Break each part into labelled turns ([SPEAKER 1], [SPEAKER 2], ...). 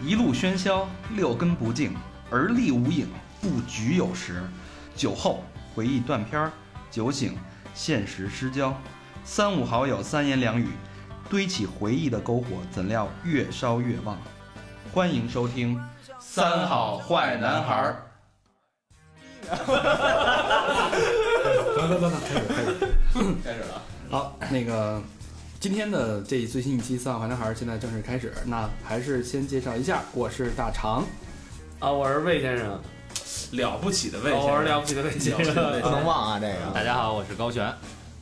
[SPEAKER 1] 一路喧嚣，六根不净，而立无影，不局有时。酒后回忆断片儿，酒醒现实失焦。三五好友三言两语，堆起回忆的篝火，怎料越烧越旺。欢迎收听《三好坏男孩儿
[SPEAKER 2] 等等等等，开始开始。》。
[SPEAKER 1] 开始了，
[SPEAKER 2] 好，那个今天的这一最新一期《三好坏男孩》现在正式开始。那还是先介绍一下，我是大长。
[SPEAKER 3] 啊，我是魏先生，
[SPEAKER 1] 了不起的魏
[SPEAKER 3] 哦，我是了不起的魏先 生。嗯
[SPEAKER 4] 不能忘啊，这个
[SPEAKER 3] 大家好，我是高璇。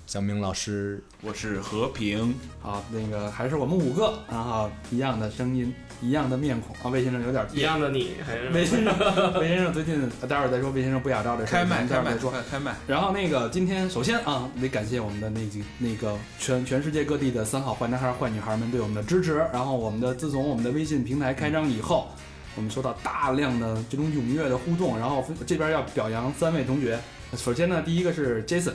[SPEAKER 4] 小明老师，
[SPEAKER 1] 我是和平，
[SPEAKER 2] 好，那个还是我们五个，然后一样的声音，一样的面孔。啊，魏先生有点
[SPEAKER 3] 一样的你，还
[SPEAKER 2] 魏
[SPEAKER 3] 是
[SPEAKER 2] 先生，魏先生最近，待会儿再说。魏先生不雅照这事儿，
[SPEAKER 1] 开麦
[SPEAKER 2] 咱们
[SPEAKER 1] 开
[SPEAKER 2] 待会儿
[SPEAKER 1] 麦
[SPEAKER 2] 再说。
[SPEAKER 1] 开麦，
[SPEAKER 2] 然后那个今天首先啊，得感谢我们的那几那个全全世界各地的三好坏男孩坏女孩们对我们的支持。然后我们的自从我们的微信平台开张以后，我们收到大量的这种踊跃的互动。然后这边要表扬三位同学，首先呢，第一个是 Jason。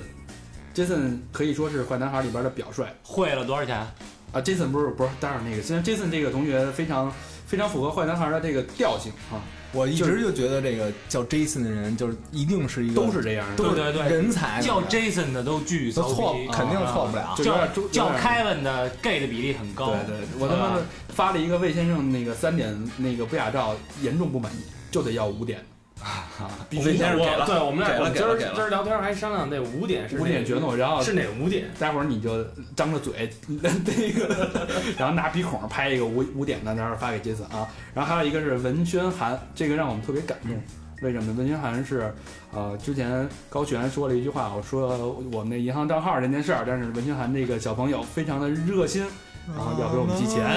[SPEAKER 2] Jason 可以说是坏男孩里边的表率
[SPEAKER 3] 会了多少钱？
[SPEAKER 2] 啊，Jason 不是不是，待会儿那个，虽然 Jason 这个同学非常非常符合坏男孩的这个调性啊，
[SPEAKER 4] 我一
[SPEAKER 2] 就是
[SPEAKER 4] 直就觉得这个叫 Jason 的人，就是一定是一个
[SPEAKER 2] 都是这样的，
[SPEAKER 4] 都是
[SPEAKER 3] 对对对
[SPEAKER 4] 人才，
[SPEAKER 5] 叫 Jason 的都巨
[SPEAKER 4] 都
[SPEAKER 5] 骚
[SPEAKER 4] 错
[SPEAKER 5] 逼，
[SPEAKER 4] 肯定错不
[SPEAKER 3] 啊
[SPEAKER 4] 了。
[SPEAKER 2] 就有
[SPEAKER 5] 叫
[SPEAKER 2] 点中
[SPEAKER 5] 叫
[SPEAKER 2] 有点
[SPEAKER 5] Kevin 的 gay 的比例很高。
[SPEAKER 2] 对对，我他
[SPEAKER 3] 啊
[SPEAKER 2] 妈的发了一个魏先生那个三点那个不雅照，严重不满意，就得要五点。
[SPEAKER 3] 啊
[SPEAKER 1] 必须先给
[SPEAKER 3] 我
[SPEAKER 1] 了，
[SPEAKER 3] 对我们
[SPEAKER 1] 给
[SPEAKER 3] 俩，
[SPEAKER 1] 了
[SPEAKER 3] 我们
[SPEAKER 1] 给
[SPEAKER 3] 今
[SPEAKER 1] 了
[SPEAKER 3] 儿
[SPEAKER 1] 给了
[SPEAKER 3] 今儿聊天还商量这五点是
[SPEAKER 2] 五点决
[SPEAKER 3] 哪
[SPEAKER 2] 斗，然后
[SPEAKER 3] 是哪五点？
[SPEAKER 2] 待会儿你就张着嘴那个， 然后拿鼻孔拍一个五五点的，然后发给杰森啊。然后还有一个是文轩涵，这个让我们特别感动。为什么？文轩涵是，呃，之前高璇说了一句话，我说我们那银行账号这件事儿，但是文轩涵这个小朋友非常的热心，然后啊要给我们寄
[SPEAKER 4] 啊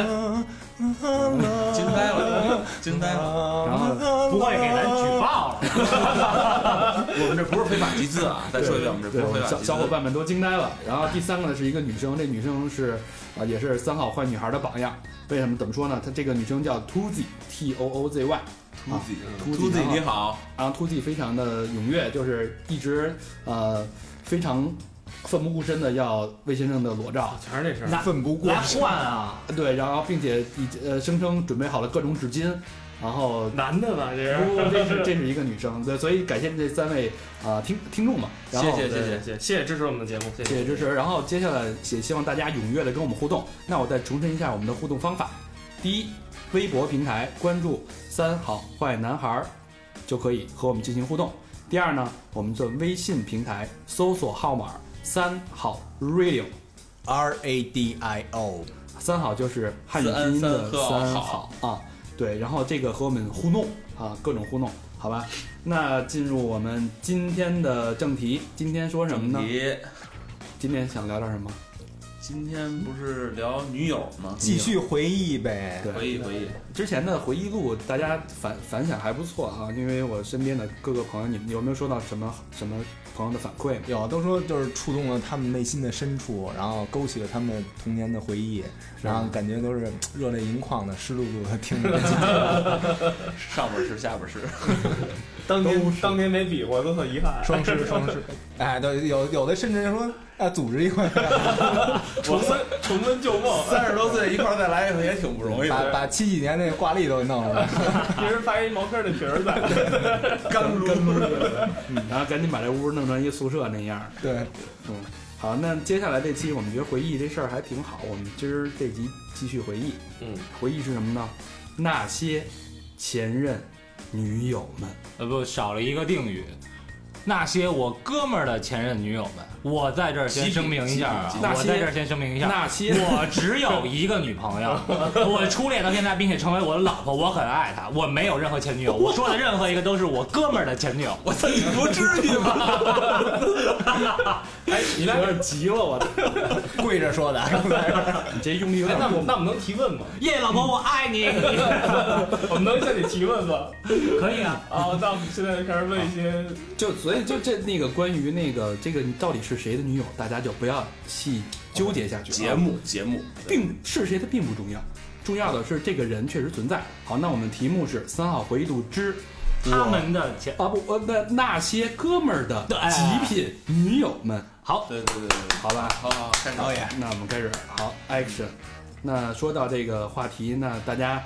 [SPEAKER 2] 钱。
[SPEAKER 4] 嗯
[SPEAKER 1] 惊呆 了，惊呆了。
[SPEAKER 2] 然后
[SPEAKER 5] 不会给咱举报了。
[SPEAKER 1] 我们这不是非法集资啊！再说一遍，我们这不是非
[SPEAKER 2] 对，我们
[SPEAKER 1] 法集
[SPEAKER 2] 小
[SPEAKER 1] 资。
[SPEAKER 2] 小伙伴们都惊呆了。然后第三个呢是一个女生，这女生是啊、也是三好坏女孩的榜样。为什么？怎么说呢？她这个女生叫 Tuzi T O O Z Y 啊
[SPEAKER 1] 兔子，
[SPEAKER 2] Tuzi，
[SPEAKER 1] 兔子
[SPEAKER 2] 然后
[SPEAKER 1] 你好，
[SPEAKER 2] 然后 Tuzi 非常的踊跃，就是一直呃非常奋不顾身的要魏先生的裸照。
[SPEAKER 3] 哦全是这事儿。
[SPEAKER 4] 奋不顾
[SPEAKER 5] 来
[SPEAKER 4] 身，
[SPEAKER 5] 换啊！
[SPEAKER 2] 对，然后并且已呃生生准备好了各种纸巾，然后
[SPEAKER 3] 男的吧，这
[SPEAKER 2] 不
[SPEAKER 3] 是。
[SPEAKER 2] 不不这是这是一个女生，对，所以感谢这三位啊、听听众嘛，然后
[SPEAKER 1] 谢谢
[SPEAKER 3] 谢谢谢谢谢谢支持我们的节目，谢
[SPEAKER 2] 谢谢支持。然后接下来也希望大家踊跃的跟我们互动。那我再重申一下我们的互动方法：第一，微博平台关注“三好坏男孩儿”就可以和我们进行互动；第二呢，我们的微信平台搜索号码“三好 radio”，
[SPEAKER 4] R A D I O，
[SPEAKER 2] 三好就是汉语拼音的三好啊，对，然后这个和我们互弄啊，各种互弄，好吧？那进入我们今天的正题，今天说什么呢？
[SPEAKER 1] 你
[SPEAKER 2] 今天想聊点什么？
[SPEAKER 1] 今天不是聊女友吗？
[SPEAKER 4] 继续回忆呗。
[SPEAKER 2] 对
[SPEAKER 1] 回忆回忆，
[SPEAKER 2] 之前的回忆录，大家反反响还不错哈、因为我身边的各个朋友，你们有没有收到什么什么朋友的反馈吗？
[SPEAKER 4] 有都说就是触动了他们内心的深处，然后勾起了他们童年的回忆，然后感觉都是热泪盈眶的，湿漉漉的听着这期节目。
[SPEAKER 1] 上边是下边是，
[SPEAKER 3] 当
[SPEAKER 4] 都
[SPEAKER 3] 年当年没比过，都算遗憾。
[SPEAKER 4] 双尸双尸，哎，对，有有的甚至说，哎，组织一回，
[SPEAKER 3] 重温重温旧 梦，
[SPEAKER 1] 三十多岁一块儿再来一回也挺不容易
[SPEAKER 4] 把
[SPEAKER 1] 的。
[SPEAKER 4] 把七几年那挂历都弄了。
[SPEAKER 3] 一人发一毛嗑的皮儿在。
[SPEAKER 2] 干撸，嗯然后赶紧把这屋弄成一个宿舍那样儿。
[SPEAKER 4] 对，
[SPEAKER 2] 嗯，好，那接下来这期我们觉得回忆这事儿还挺好，我们今儿这集继续回忆。
[SPEAKER 3] 嗯，
[SPEAKER 2] 回忆是什么呢？那些前任女友们。
[SPEAKER 5] 呃，不，少了一个定语。那些我哥们儿的前任女友们，我在这儿先声明一下啊
[SPEAKER 1] 集体集，
[SPEAKER 2] 体
[SPEAKER 5] 我在这儿先声明一下，
[SPEAKER 2] 那些
[SPEAKER 5] 我只有一个女朋友，我初恋到现在，并且成为我的老婆，我很爱她，我没有任何前女友，我说的任何一个都是我哥们儿的前女友。
[SPEAKER 1] 我操，你不至于吧？
[SPEAKER 3] 哎，你
[SPEAKER 2] 有
[SPEAKER 3] 来，
[SPEAKER 2] 点急了我，
[SPEAKER 4] 跪着说的， 刚才是
[SPEAKER 2] 你这用力有点
[SPEAKER 3] 那
[SPEAKER 2] 过
[SPEAKER 3] 我们那我们能提问吗？
[SPEAKER 5] 耶，老婆，我爱你，
[SPEAKER 3] 我们能向你提问吗？
[SPEAKER 5] 可以啊。
[SPEAKER 3] 啊，那我们现在开始问一些
[SPEAKER 2] 就所以就这那个关于那个这个你到底是谁的女友，大家就不要细纠结下去。啊
[SPEAKER 1] 节，目节目，
[SPEAKER 2] 并是谁的并不重要，重要的是这个人确实存在。好，那我们题目是三好回忆录之
[SPEAKER 5] 他们的前
[SPEAKER 2] 啊不呃那那些哥们儿的
[SPEAKER 5] 对哎
[SPEAKER 2] 极品女友们，
[SPEAKER 5] 好，
[SPEAKER 1] 对对对对，
[SPEAKER 2] 好吧？
[SPEAKER 1] 好好开始。
[SPEAKER 4] 导演，
[SPEAKER 2] 那我们开始，好 action。那说到这个话题，那大家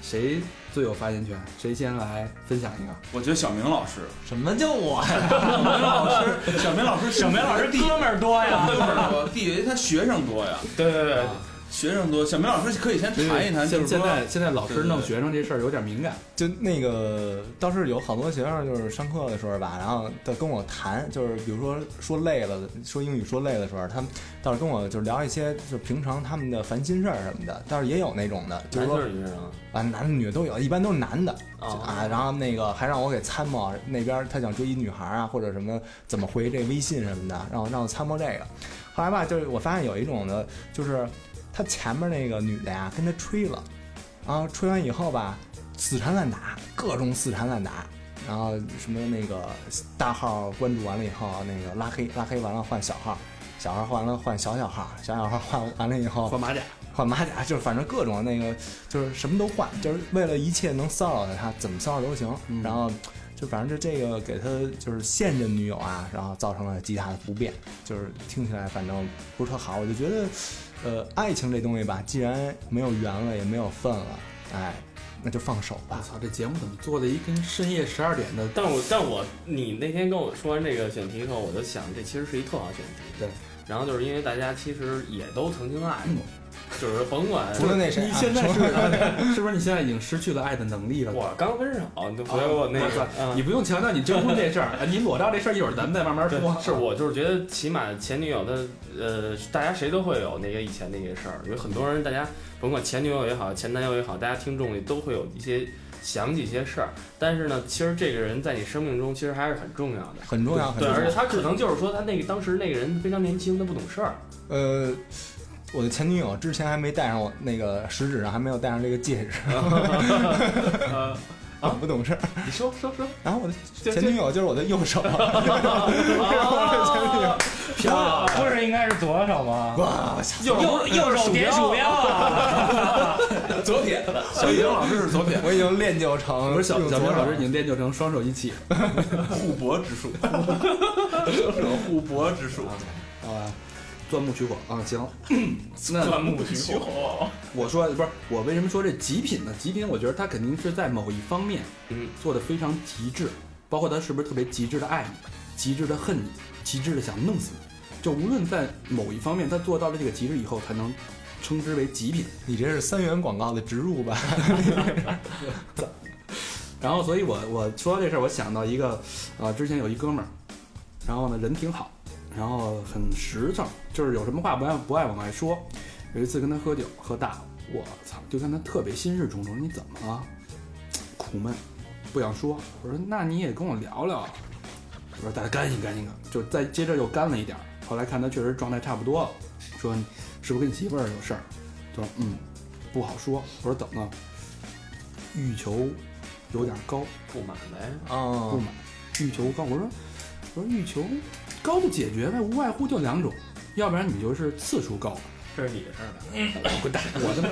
[SPEAKER 2] 谁最有发言权？谁先来分享一个？
[SPEAKER 1] 我觉得小明老师，
[SPEAKER 4] 什么叫我呀？
[SPEAKER 1] 小明老师，小明老师，
[SPEAKER 5] 小明老师哥们儿多呀，
[SPEAKER 1] 师，地位他学生多呀，
[SPEAKER 6] 对对对，
[SPEAKER 1] 学生多。小明老师可以先谈一谈，就
[SPEAKER 2] 现
[SPEAKER 1] 是
[SPEAKER 2] 现
[SPEAKER 1] 说，
[SPEAKER 2] 在现在老师弄学生这事儿有点敏感，
[SPEAKER 4] 就那个倒是有好多学生，就是上课的时候吧，然后他跟我谈，就是比如说说累了，说英语说累的时候，他们倒是跟我就是聊一些就是平常他们的烦心事儿什么的，倒是也有那种的，就是
[SPEAKER 5] 哎
[SPEAKER 4] 说
[SPEAKER 3] 女生
[SPEAKER 4] 啊男的女的都有，一般都是男的
[SPEAKER 3] 啊，
[SPEAKER 4] 啊，然后那个还让我给参谋那边他想追一女孩啊，或者什么怎么回这微信什么的，让我让我参谋这个。后来吧，就是我发现有一种的，就是他前面那个女的呀跟他吹了，然后吹完以后吧，死缠烂打，各种死缠烂打。然后什么那个大号关注完了以后，那个拉黑拉黑完了换小号，小号换了换小小号，小小号换完了以后
[SPEAKER 2] 换马甲。
[SPEAKER 4] 换马甲，就是反正各种那个，就是什么都换，就是为了一切能骚扰到他，怎么骚扰都行。
[SPEAKER 2] 嗯
[SPEAKER 4] 然后就反正就这个给他就是现任女友啊，然后造成了极大的不便，就是听起来反正不是特好。我就觉得，呃，爱情这东西吧，既然没有缘了，也没有份了，哎，那就放手
[SPEAKER 2] 我
[SPEAKER 4] 吧。
[SPEAKER 2] 操，这节目怎么做的一跟深夜十二点的？
[SPEAKER 3] 但我但我你那天跟我说完这个选题以后，我就想这其实是一特好选题。
[SPEAKER 2] 对，
[SPEAKER 3] 然后就是因为大家其实也都曾经爱过，就是甭管
[SPEAKER 4] 嗯除了那谁、啊，
[SPEAKER 2] 你现在
[SPEAKER 4] 除了
[SPEAKER 2] 是啊 是不是你现在已经失去了爱的能力了？
[SPEAKER 3] 我刚分手，所以我那
[SPEAKER 2] 我操
[SPEAKER 3] 个
[SPEAKER 4] 啊
[SPEAKER 3] 嗯
[SPEAKER 2] 你不用强调你征婚这事儿，啊你裸照这事儿一会儿咱们再慢慢
[SPEAKER 3] 对，
[SPEAKER 2] 说。 啊
[SPEAKER 3] 是我就是觉得，起码前女友的，呃，大家谁都会有那个以前那个事儿，有很多人，大家甭管前女友也好，前男友也好，大家听众里都会有一些想起一些事儿。但是呢，其实这个人在你生命中其实还是很重要的。
[SPEAKER 4] 很重要，很
[SPEAKER 3] 对，
[SPEAKER 4] 重
[SPEAKER 3] 而且
[SPEAKER 4] 要。
[SPEAKER 3] 他可能就是说，他那个当时那个人非常年轻，他不懂事儿。
[SPEAKER 4] 呃，我的前女友之前还没戴上我那个食指上还没有戴上这个戒指，
[SPEAKER 3] 呃，
[SPEAKER 2] 啊
[SPEAKER 4] 不懂事儿。
[SPEAKER 3] 你 说说说，
[SPEAKER 4] 然后我的
[SPEAKER 3] 这
[SPEAKER 4] 前女友就是我的右 手。哦
[SPEAKER 2] 漂亮，啊
[SPEAKER 5] 不是应该是左手吗？
[SPEAKER 4] 哇，
[SPEAKER 5] 右右手点鼠标啊！
[SPEAKER 1] 左撇子，小明老师是左撇，
[SPEAKER 4] 我已经练就成
[SPEAKER 2] 不是小
[SPEAKER 4] 用
[SPEAKER 2] 小
[SPEAKER 4] 左
[SPEAKER 2] 明
[SPEAKER 4] 手
[SPEAKER 2] 老师已经练就成双手 一起，
[SPEAKER 1] 互搏之术，互搏之
[SPEAKER 6] 啊
[SPEAKER 1] 术。
[SPEAKER 2] 好吧？钻木取火啊， 行。那
[SPEAKER 6] 钻木取火，
[SPEAKER 2] 我说不是我为什么说这极品呢？极品，我觉得他肯定是在某一方面
[SPEAKER 3] 嗯，
[SPEAKER 2] 做的非常极致，包括他是不是特别极致的爱你，极致的恨你，极致的想弄死你。就无论在某一方面，他做到了这个极致以后，才能称之为极品。
[SPEAKER 4] 你这是三元广告的植入吧？
[SPEAKER 2] 然后，所以我我说到这事儿，我想到一个，呃，之前有一哥们儿，然后呢人挺好，然后很实诚，就是有什么话不爱不爱往外说。有一次跟他喝酒，喝大了，我操，就看他特别心事重重，你怎么了？苦闷，不想说。我说那你也跟我聊聊。我说大家干一干一个，就再接着又干了一点儿。后来看他确实状态差不多了，说是不是跟你媳妇儿有事儿？他说嗯，不好说。我说怎么了？ 欲求有点高，
[SPEAKER 3] 不满呗。
[SPEAKER 2] 不
[SPEAKER 4] 哦，
[SPEAKER 2] 满，欲求高。我说，我说欲求高就解决呗，无外乎就两种，要不然你就是次数高，
[SPEAKER 6] 这是你的事儿吧？
[SPEAKER 2] 滚蛋，我 他妈，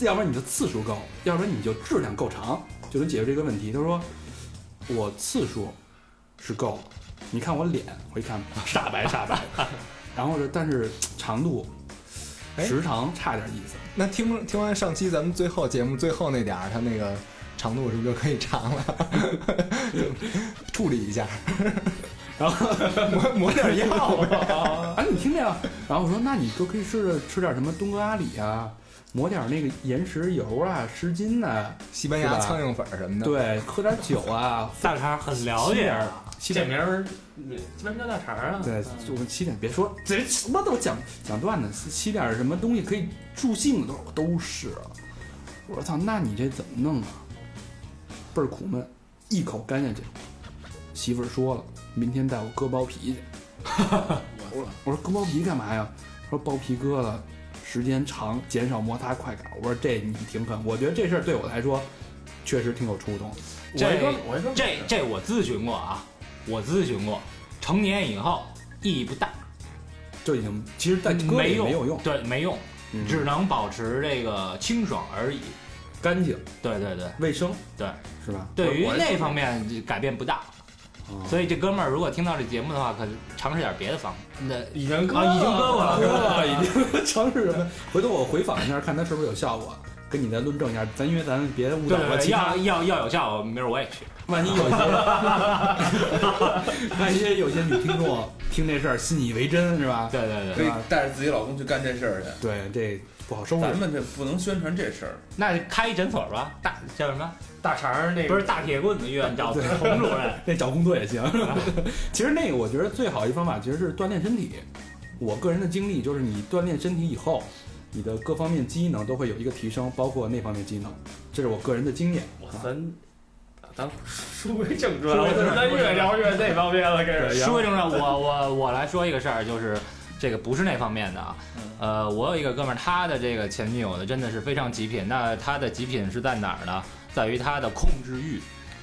[SPEAKER 2] 要不然你就次数高，要不然你就质量够长，就能解决这个问题。他说，我次数是够了，你看我脸，我一看煞啊 白煞白，然后呢，但是长度
[SPEAKER 4] 哎
[SPEAKER 2] 时长差点意思。
[SPEAKER 4] 那听听完上期咱们最后节目最后那点儿，它那个长度是不是就可以长了？处理一 下，
[SPEAKER 2] 然
[SPEAKER 4] 后抹抹点药呗。
[SPEAKER 2] 啊，你听着呀。然后我说，那你就可以试着吃点什么东哥阿里啊，抹点那个岩石油啊、湿巾呐、
[SPEAKER 4] 西班
[SPEAKER 2] 是
[SPEAKER 4] 牙
[SPEAKER 2] 吧
[SPEAKER 4] 苍蝇粉儿什么的，，
[SPEAKER 2] 对，喝点酒啊，
[SPEAKER 5] 大咖很了解啊，
[SPEAKER 2] 七
[SPEAKER 3] 这
[SPEAKER 2] 点。
[SPEAKER 3] 名儿，你为什么叫大肠啊？
[SPEAKER 2] 对，我们七点别说，这我都讲讲段子，吸点什么东西可以助兴的都都是。我说操，那你这怎么弄啊？倍儿苦闷，一口干下去。媳妇儿说了，明天带我割包皮去。我说我说割包皮干嘛呀？他说包皮割了，时间长，减少摩擦快感。我说这你挺狠，我觉得这事儿对我来说确实挺有触动。
[SPEAKER 5] 这
[SPEAKER 3] 我一哥们儿，我一哥们儿
[SPEAKER 5] 这这我咨询过啊，我咨询过，成年以后意义不大，
[SPEAKER 2] 就已经其实在割了也没有用，
[SPEAKER 5] 对，没用，
[SPEAKER 2] 嗯
[SPEAKER 5] 只能保持这个清爽而已。
[SPEAKER 2] 干净
[SPEAKER 5] 对对对，
[SPEAKER 2] 卫生，
[SPEAKER 5] 对，
[SPEAKER 2] 是吧？啊
[SPEAKER 5] 对于
[SPEAKER 3] 我我
[SPEAKER 5] 那方面就改变不大。所以这哥们儿如果听到这节目的话，可尝试点别的方那
[SPEAKER 3] 已经
[SPEAKER 5] 啊，已经割过了，
[SPEAKER 2] 已经尝试什么？回头我回访一下，看他是不是有效果。跟你再论证一下，咱因为咱别误导
[SPEAKER 5] 对
[SPEAKER 2] 了
[SPEAKER 5] 对对，
[SPEAKER 2] 其他
[SPEAKER 5] 要要要有效，明儿我也去。
[SPEAKER 2] 万一有些，万一有些女听众听这事儿信以为真是吧？
[SPEAKER 5] 对对
[SPEAKER 1] 可
[SPEAKER 5] 对，
[SPEAKER 1] 以带着自己老公去干这事儿去。
[SPEAKER 2] 对，这不好收拾
[SPEAKER 1] 咱。们这不能宣传这事儿，
[SPEAKER 5] 那开一诊所吧，大叫什么？
[SPEAKER 3] 大肠儿那个
[SPEAKER 5] 不是大铁棍子医院找洪主任。
[SPEAKER 2] 那找工作 也行。其实那个我觉得最好一方法其实是锻炼身体。我个人的经历就是，你锻炼身体以后，你的各方面机能都会有一个提升，包括那方面机能，这是我个人的经验。
[SPEAKER 3] 我咱咱书归正传，
[SPEAKER 2] 书归
[SPEAKER 3] 我
[SPEAKER 2] 正
[SPEAKER 3] 觉
[SPEAKER 2] 传
[SPEAKER 3] 得咱越聊越那方面了，开始。
[SPEAKER 5] 书归正传，我我我来说一个事儿，就是这个不是那方面的啊。呃，我有一个哥们儿，他的这个前女友呢，真的是非常极品。那他的极品是在哪儿呢？在于他的控制欲，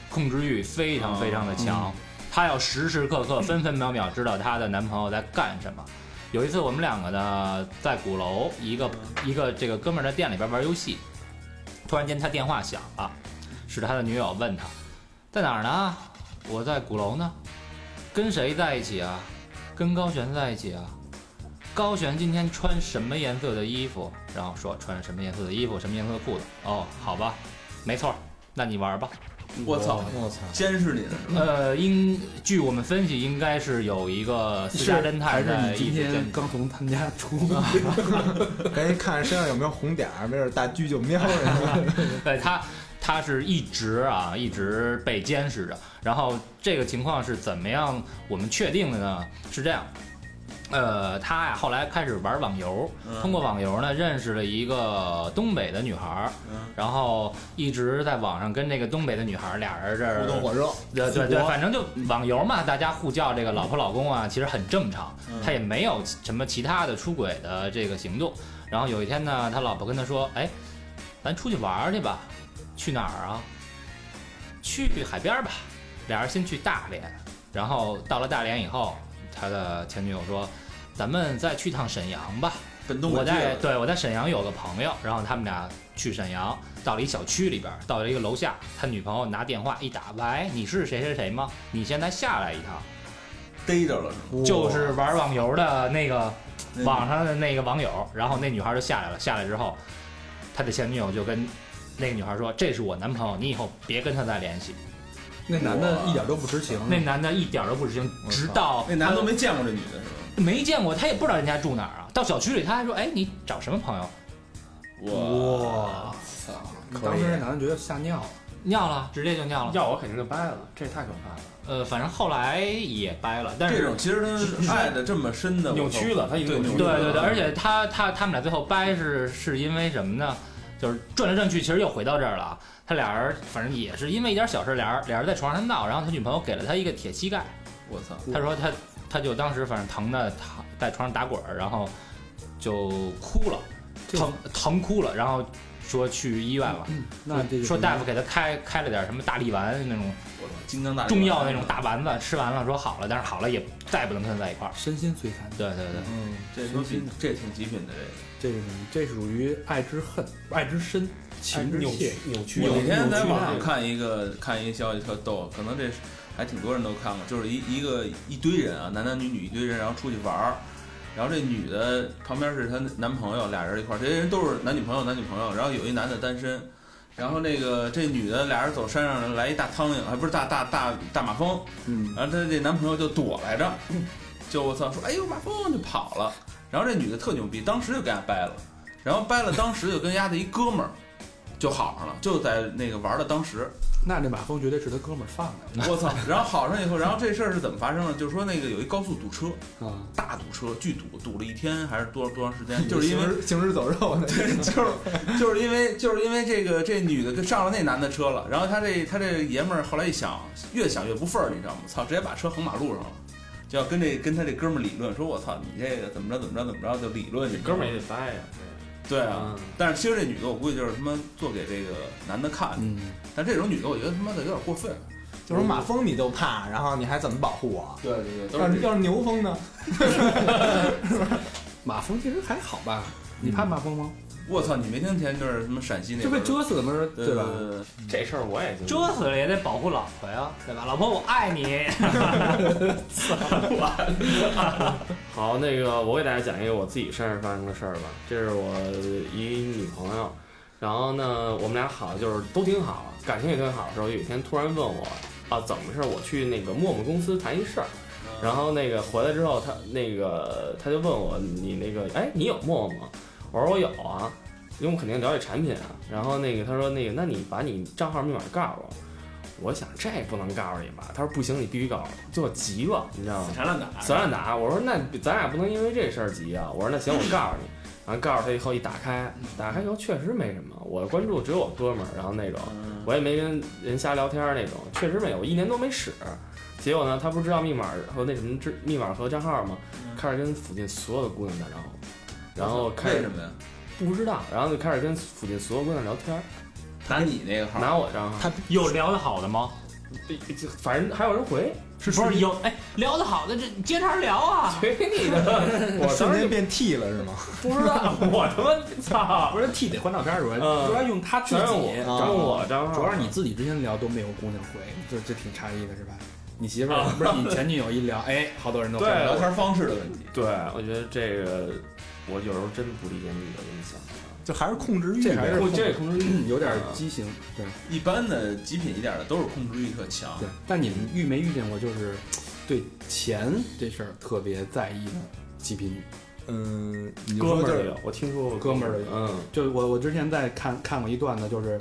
[SPEAKER 5] 控制欲非常非常的强。她要时时刻刻、分分秒秒知道她的男朋友在干什么。有一次，我们两个呢在鼓楼一个一个这个哥们儿的店里边玩游戏，突然间他电话响了，是他的女友问他在哪儿呢？我在鼓楼呢。跟谁在一起啊？跟高璇在一起啊？高璇今天穿什么颜色的衣服？然后说穿什么颜色的衣服，什么颜色的裤子。哦，好吧，没错儿，那你玩吧。
[SPEAKER 2] 嗯
[SPEAKER 1] 我操，
[SPEAKER 4] 我操！
[SPEAKER 1] 监视你呢是吧？
[SPEAKER 5] 呃，应据我们分析，应该是有一个私家侦
[SPEAKER 2] 还
[SPEAKER 5] 探
[SPEAKER 2] 是
[SPEAKER 5] 在
[SPEAKER 2] 你今
[SPEAKER 5] 一直
[SPEAKER 2] 天
[SPEAKER 5] 监
[SPEAKER 2] 刚从他们家出？
[SPEAKER 4] 赶紧看身上有没有红点儿，没准大狙就瞄 着你。
[SPEAKER 5] 对他，他是一直啊，一直被监视着。然后这个情况是怎么样我们确定的呢？是这样，呃，他呀后来开始玩网游，
[SPEAKER 2] 嗯
[SPEAKER 5] 通过网游呢认识了一个东北的女孩儿，
[SPEAKER 2] 嗯
[SPEAKER 5] 然后一直在网上跟这个东北的女孩儿俩人这儿
[SPEAKER 4] 互动火热，
[SPEAKER 5] 对对对，反正就网游嘛，大家互叫这个老婆老公啊，其实很正常。
[SPEAKER 1] 嗯
[SPEAKER 5] 他也没有什么其他的出轨的这个行动。然后有一天呢，他老婆跟他说：“哎，咱出去玩儿去吧，去哪儿啊？去海边儿吧。”俩人先去大连，然后到了大连以后，他的前女友说：“咱们再去趟沈阳吧。”
[SPEAKER 1] 本东
[SPEAKER 5] 我
[SPEAKER 1] 北
[SPEAKER 5] 在
[SPEAKER 1] 界
[SPEAKER 5] 对我在沈阳有个朋友，然后他们俩去沈阳，到了一小区里边，到了一个楼下，他女朋友拿电话一打，喂，你是谁谁谁吗？你现在下来一趟，
[SPEAKER 1] 逮着了是吗？
[SPEAKER 5] 就是玩网游的那个
[SPEAKER 1] 那
[SPEAKER 4] 嗯
[SPEAKER 5] 网上的那个网友，然后那女孩就下来了，下来之后，他的前女友就跟那个女孩说：“这是我男朋友，你以后别跟他再联系。
[SPEAKER 2] 那男的一点都不知情。
[SPEAKER 5] 那男的一点都不知情，
[SPEAKER 4] 嗯我操
[SPEAKER 5] 直到
[SPEAKER 1] 那男的都没见过这女的是吧？
[SPEAKER 5] 没见过，他也不知道人家住哪儿啊。到小区里他还说：“哎，你找什么朋友？
[SPEAKER 2] 哇！
[SPEAKER 1] 操！
[SPEAKER 2] 当时那男的觉得吓尿了。
[SPEAKER 5] 尿了，直接就尿了。”
[SPEAKER 3] 要我肯定就掰了，这也太可怕了，
[SPEAKER 5] 呃，反正后来也掰了，但
[SPEAKER 1] 这
[SPEAKER 5] 是
[SPEAKER 1] 种其实他爱的这么深的，
[SPEAKER 3] 扭曲了，他已
[SPEAKER 1] 对
[SPEAKER 3] 经扭曲
[SPEAKER 5] 对
[SPEAKER 3] 了。
[SPEAKER 5] 对对，而且他他他们俩最后掰是是因为什么呢？就是转来转去，其实又回到这儿了啊。他俩人反正也是因为一点小事，俩人俩人在床上闹，然后他女朋友给了他一个铁膝盖，
[SPEAKER 1] 我操！
[SPEAKER 5] 他说他他就当时反正疼的躺在床上打滚儿，然后就哭了，疼疼哭了，然后说去医院了，
[SPEAKER 2] 那这就
[SPEAKER 5] 说大夫给他开开了点什么大力丸那种
[SPEAKER 1] 我操！金刚大
[SPEAKER 5] 中药那种大丸子，吃完了说好了，但是好了也再也不能跟他在一块儿。
[SPEAKER 2] 身心摧残，
[SPEAKER 5] 对对对。
[SPEAKER 4] 嗯，
[SPEAKER 1] 这都比这挺极品的这
[SPEAKER 2] 这种这属于爱之恨、爱之深、情之
[SPEAKER 3] 扭
[SPEAKER 2] 切
[SPEAKER 3] 曲。哎扭曲
[SPEAKER 1] 个。
[SPEAKER 3] 了。
[SPEAKER 1] 我那天在网
[SPEAKER 3] 扭
[SPEAKER 1] 上
[SPEAKER 3] 曲了
[SPEAKER 1] 看一个看一消息特逗，可能这是还挺多人都看过，就是一一个一堆人啊，男男女女一堆人，然后出去玩儿。然后这女的旁边是她男朋友，俩人一块儿，这些人都是男女朋友，男女朋友。然后有一男的单身，然后那个这女的俩人走山上来一大苍蝇，还不是大大大大马蜂，
[SPEAKER 2] 嗯，
[SPEAKER 1] 然后她这男朋友就躲来着，就我操说哎呦马蜂就跑了，然后这女的特牛逼，当时就给人家掰了，然后掰了当时就跟人家的一哥们儿就好上了，就在那个玩的当时，
[SPEAKER 2] 那这马蜂绝对是他哥们儿放
[SPEAKER 1] 我操，然后好上以后，然后这事儿是怎么发生的？就是说那个有一高速堵车，
[SPEAKER 2] 的啊。
[SPEAKER 1] 大堵车，巨堵，堵了一天还是多多长时 间？就是因为
[SPEAKER 4] 行尸行尸走肉的，
[SPEAKER 1] 就是就是因为就是因为这个这女的跟上了那男的车了，然后他这他这爷们儿后来一想，越想越不忿儿，你知道吗？操，直接把车横马路上了，就要跟这跟他这哥们儿理论，说我操你这个怎么着怎么着怎么着就理论你，
[SPEAKER 3] 哥们儿也得掰呀。嗯
[SPEAKER 1] 对
[SPEAKER 3] 对
[SPEAKER 1] 啊。，但是其实这女的我估计就是他妈做给这个男的看的，
[SPEAKER 2] 嗯，
[SPEAKER 1] 但这种女的我觉得他妈的有点过分。
[SPEAKER 4] 就是马蜂你都怕，然后你还怎么保护我？
[SPEAKER 1] 对对对，
[SPEAKER 4] 要是要是牛蜂 呢？
[SPEAKER 2] 马蜂其实还好吧？你怕马蜂吗？
[SPEAKER 1] 我操，你没听前就是什么陕嗯西那
[SPEAKER 2] 就
[SPEAKER 1] 边
[SPEAKER 2] 被
[SPEAKER 1] 儿
[SPEAKER 2] 蛰死了吗？
[SPEAKER 1] 对
[SPEAKER 2] 对吧？
[SPEAKER 1] 对对
[SPEAKER 3] 这事儿我也经历过
[SPEAKER 5] 遮死了也得保护老婆呀，对吧？老婆，我爱你。
[SPEAKER 3] 好，那个我给大家讲一个我自己身上发生的事儿吧。这是我一女朋友，然后呢，我们俩好就是都挺好，感情也挺好的时候，有一天突然问我啊，怎么回事？我去那个陌陌公司谈一事儿，然后那个回来之后，他那个他就问我你那个哎，你有陌陌吗？我说我有啊，因为我肯定了解产品啊。然后那个他说那个，那你把你账号密码告诉我。我想这不能告诉你吧？他说不行，你必须告诉我。就我急了，你知道吗？
[SPEAKER 6] 缠烂打，
[SPEAKER 3] 咱俩打，我说那咱俩不能因为这事儿急啊。我说那行，我告诉你。然后告诉他以后一打开，
[SPEAKER 1] 嗯
[SPEAKER 3] 打开以后确实没什么，我关注只有我哥们儿，然后那种我也没跟人瞎聊天儿那种，确实没有，我一年多没使。结果呢，他不是知道密码和那什么知密码和账号吗？开始跟附近所有的姑娘打招呼，然后
[SPEAKER 1] 嗯
[SPEAKER 3] 开
[SPEAKER 1] 为
[SPEAKER 3] 始
[SPEAKER 1] 什么呀？
[SPEAKER 3] 不知道，然后就开始跟附近所有姑娘聊天儿，
[SPEAKER 1] 打你那个号，
[SPEAKER 3] 拿我账号，
[SPEAKER 5] 有聊得好的吗？
[SPEAKER 3] 反正还有人回，
[SPEAKER 5] 是不是有？哎，聊得好的这接茬聊啊！
[SPEAKER 3] 回你的，我
[SPEAKER 4] 瞬
[SPEAKER 3] 当时
[SPEAKER 4] 间
[SPEAKER 3] 就
[SPEAKER 4] 变 T 了是吗？
[SPEAKER 3] 不知道，我他妈操！
[SPEAKER 2] 不是 T 得换照片儿，主要
[SPEAKER 3] 嗯
[SPEAKER 2] 主要用他自
[SPEAKER 3] 全
[SPEAKER 2] 己，主
[SPEAKER 3] 是我，
[SPEAKER 1] 啊
[SPEAKER 3] 全是我账号，
[SPEAKER 2] 主要是你自己之前聊都没有姑娘回，这这挺诧异的是吧？你媳妇儿不是你前女友一 聊，哎，好多人都回
[SPEAKER 3] 对
[SPEAKER 1] 聊天方式的问题。
[SPEAKER 3] 对，我觉得这个我有时候真不理解你的影响。
[SPEAKER 4] 就还是控制欲
[SPEAKER 2] 这还
[SPEAKER 4] 呗
[SPEAKER 2] 是。啊
[SPEAKER 3] 我这可能
[SPEAKER 2] 有点畸形，对
[SPEAKER 1] 一般的极品一点的都是控制欲特强
[SPEAKER 2] 对。。但你们遇没遇见过就是对钱这事儿特别在意的极品女？
[SPEAKER 4] 嗯，你就
[SPEAKER 3] 哥
[SPEAKER 4] 说
[SPEAKER 3] 们
[SPEAKER 4] 就
[SPEAKER 3] 儿
[SPEAKER 4] 是
[SPEAKER 3] 有，我听说过
[SPEAKER 2] 哥们儿的
[SPEAKER 3] 嗯，
[SPEAKER 2] 就我我之前在看看过一段子，就是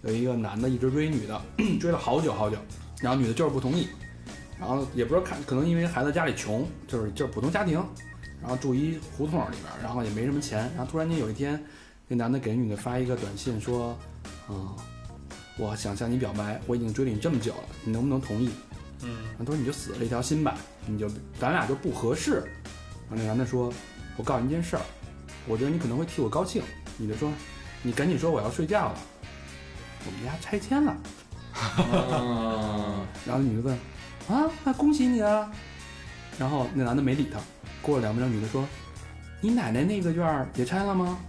[SPEAKER 2] 有一个男的一直追女的， 追了好久好久，然后女的就是不同意，然后也不知道看，可能因为孩子家里穷，就是就是普通家庭，然后住一胡同里边儿，然后也没什么钱，然后突然间有一天，那男的给女的发一个短信说，嗯，我想向你表白，我已经追了你这么久了，你能不能同意？
[SPEAKER 1] 嗯，
[SPEAKER 2] 然后他说你就死了一条心吧，你就咱俩就不合适。然后那男的说，我告诉你一件事儿，我觉得你可能会替我高兴。女的说，你赶紧说我要睡觉了，我们家拆迁了。 然后女的问，啊，那恭喜你啊。然后那男的没理他。过了两分钟，女的说，你奶奶那个院儿也拆了吗？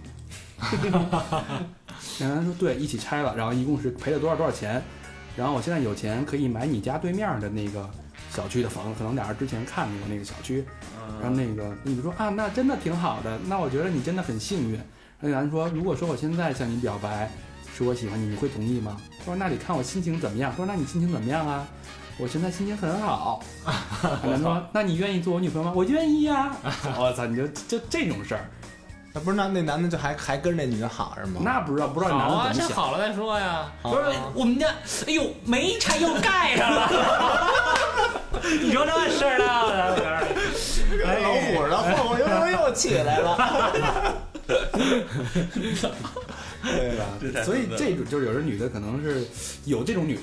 [SPEAKER 2] 那男的说对，一起拆了，然后一共是赔了多少多少钱，然后我现在有钱可以买你家对面的那个小区的房子，可能俩人之前看过那个小区，然后那个你就说啊，那真的挺好的，那我觉得你真的很幸运。那男的说，如果说我现在向你表白，说我喜欢你，你会同意吗？他说那你看我心情怎么样？他说那你心情怎么样啊？我现在心情很 好。啊男的说，那你愿意做我女朋友吗？我愿意啊呀、 我操，你就就这种事儿，
[SPEAKER 4] 那不是那那男的就还还跟着那女的好是吗？
[SPEAKER 2] 那不知道不知道
[SPEAKER 5] 好
[SPEAKER 2] 男
[SPEAKER 5] 啊，
[SPEAKER 2] 的怎么
[SPEAKER 5] 先
[SPEAKER 2] 想。
[SPEAKER 5] 好了再说呀。
[SPEAKER 4] 啊
[SPEAKER 5] 不是我们家，哎呦，煤柴又盖上了。你说这事儿呢？
[SPEAKER 4] 哎老虎然后我又又又起来了。
[SPEAKER 2] 对吧？所以这种就是有的女的可能是有这种女的，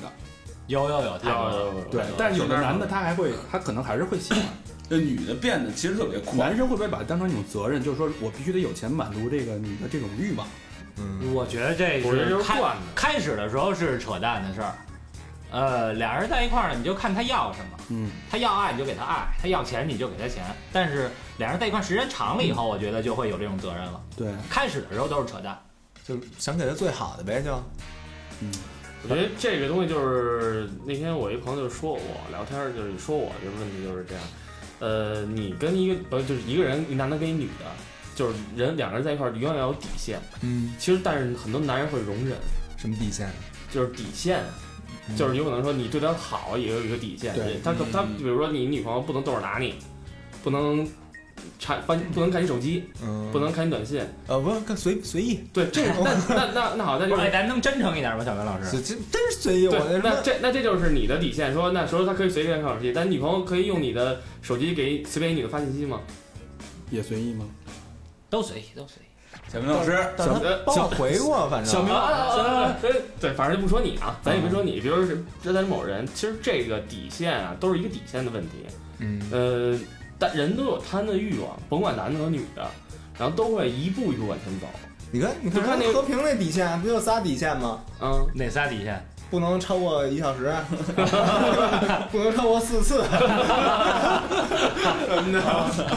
[SPEAKER 5] 有有有，太多了。
[SPEAKER 2] 对，
[SPEAKER 3] 嗯
[SPEAKER 2] 但是有的男的他还会，他可能还是会喜欢。
[SPEAKER 1] 这女的变得其实特别快，
[SPEAKER 2] 男生会不会把它当成一种责任，就是说我必须得有钱满足这个女的这种欲望？
[SPEAKER 4] 嗯，
[SPEAKER 5] 我觉得这
[SPEAKER 3] 我觉得
[SPEAKER 5] 是
[SPEAKER 3] 就是
[SPEAKER 5] 开
[SPEAKER 3] 惯的。
[SPEAKER 5] 开始的时候是扯淡的事儿。呃，俩人在一块儿呢，你就看他要什么，
[SPEAKER 2] 嗯，
[SPEAKER 5] 他要爱你就给他爱，他要钱你就给他钱。但是俩人在一块儿时间长了以后，我觉得就会有这种责任了。
[SPEAKER 2] 对，
[SPEAKER 5] 开始的时候都是扯淡，
[SPEAKER 4] 就想给他最好的呗，就
[SPEAKER 3] 我觉得这个东西就是那天我一朋友就说我聊天儿就是你说我这个问题就是这样，呃，你跟一个呃就是一个人，一男的跟一女的，就是人两个人在一块儿永远要有底线。
[SPEAKER 4] 嗯，
[SPEAKER 3] 其实但是很多男人会容忍，
[SPEAKER 4] 什么底线？
[SPEAKER 3] 就是底线。啊就是有可能说你对他好也有一个底线，
[SPEAKER 2] 嗯对
[SPEAKER 3] 他他
[SPEAKER 1] 嗯
[SPEAKER 3] 比如说你女朋友不能动手打你，不能查翻不能看你手机，
[SPEAKER 4] 嗯，
[SPEAKER 3] 不能看你短信，
[SPEAKER 4] 呃，不是随随意，
[SPEAKER 3] 对， 这那那那那好，那
[SPEAKER 5] 不？
[SPEAKER 3] 就是
[SPEAKER 5] 哎，
[SPEAKER 3] 是
[SPEAKER 5] 咱能真诚一点吗，小袁老师？
[SPEAKER 4] 这这真是随意。我
[SPEAKER 3] 对，
[SPEAKER 4] 那
[SPEAKER 3] 那这那这就是你的底线。说那时候他可以随便看手机，但女朋友可以用你的手机给随便一女的发信息吗？
[SPEAKER 2] 也随意吗？
[SPEAKER 5] 都随意，都随意。
[SPEAKER 1] 小明老师，
[SPEAKER 4] 但是他帮我回过，反
[SPEAKER 2] 小
[SPEAKER 4] 正
[SPEAKER 2] 明
[SPEAKER 3] 呃
[SPEAKER 2] 嗯
[SPEAKER 3] 啊啊啊啊啊对，反正就不说你啊，咱也别说你，比如是这咱某人，其实这个底线啊，都是一个底线的问题。
[SPEAKER 4] 嗯，
[SPEAKER 3] 呃，但人都有贪的欲望，甭管男的和女的，然后都会一步一步往前走。
[SPEAKER 4] 你看你看
[SPEAKER 3] 就看那
[SPEAKER 4] 人
[SPEAKER 3] 个
[SPEAKER 4] 和平那底线，不就仨底线吗？
[SPEAKER 3] 嗯，
[SPEAKER 5] 哪仨底线？
[SPEAKER 4] 不能超过一小时， 不能超过四次，什么的。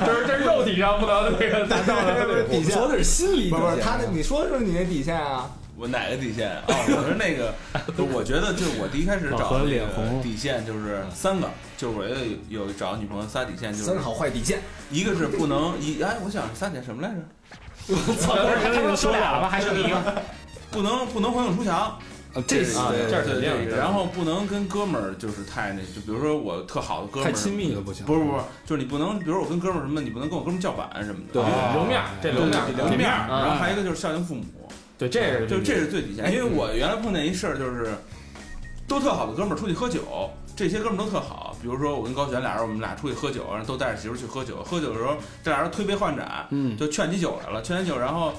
[SPEAKER 3] 这是这是肉体上不能那个达到的对
[SPEAKER 4] 底线
[SPEAKER 2] 说的是心理底
[SPEAKER 4] 不
[SPEAKER 2] 线，
[SPEAKER 4] 是不是，他那你说说你那底线啊？
[SPEAKER 1] 我哪个底线啊？哦我说那 个，不是我觉得就是我第一开始
[SPEAKER 2] 老
[SPEAKER 1] 找
[SPEAKER 2] 何
[SPEAKER 1] 那
[SPEAKER 2] 脸红
[SPEAKER 1] 个底线就是三个，就是我觉得有有找女朋友仨底线，就是
[SPEAKER 4] 三个好坏底线，
[SPEAKER 1] 一个是不能一哎，我想是仨点什么来着？
[SPEAKER 5] 他不是他不是说俩了吗？还剩一个。
[SPEAKER 1] 不能不能横影出墙，
[SPEAKER 2] 呃，这
[SPEAKER 1] 是
[SPEAKER 2] 是
[SPEAKER 3] 啊
[SPEAKER 1] 对
[SPEAKER 3] 这
[SPEAKER 1] 对
[SPEAKER 3] 是肯定
[SPEAKER 1] 对
[SPEAKER 3] 的
[SPEAKER 1] 然后不能跟哥们儿就是太那，就比如说我特好的哥们
[SPEAKER 2] 太
[SPEAKER 1] 儿，
[SPEAKER 2] 亲密了不行。
[SPEAKER 1] 不是不是，就是你不能，比如我跟哥们儿什么，你不能跟我哥们儿叫板什么的。
[SPEAKER 2] 对
[SPEAKER 1] 啊
[SPEAKER 3] 留面儿，这
[SPEAKER 1] 对
[SPEAKER 3] 留
[SPEAKER 1] 对
[SPEAKER 3] 面儿，
[SPEAKER 1] 对留面儿。
[SPEAKER 3] 啊
[SPEAKER 1] 然后还有一个就是孝敬父母，
[SPEAKER 3] 对，这是
[SPEAKER 1] 就是这是最底线。因为我原来碰见一事儿，就是都特好的哥们儿出去喝酒，这些哥们儿都特好。比如说我跟高璇俩人，我们俩出去喝酒，然后都带着媳妇儿去喝酒。喝酒的时候，这俩人推杯换盏，
[SPEAKER 2] 嗯，
[SPEAKER 1] 就劝起酒来了，劝起酒，然后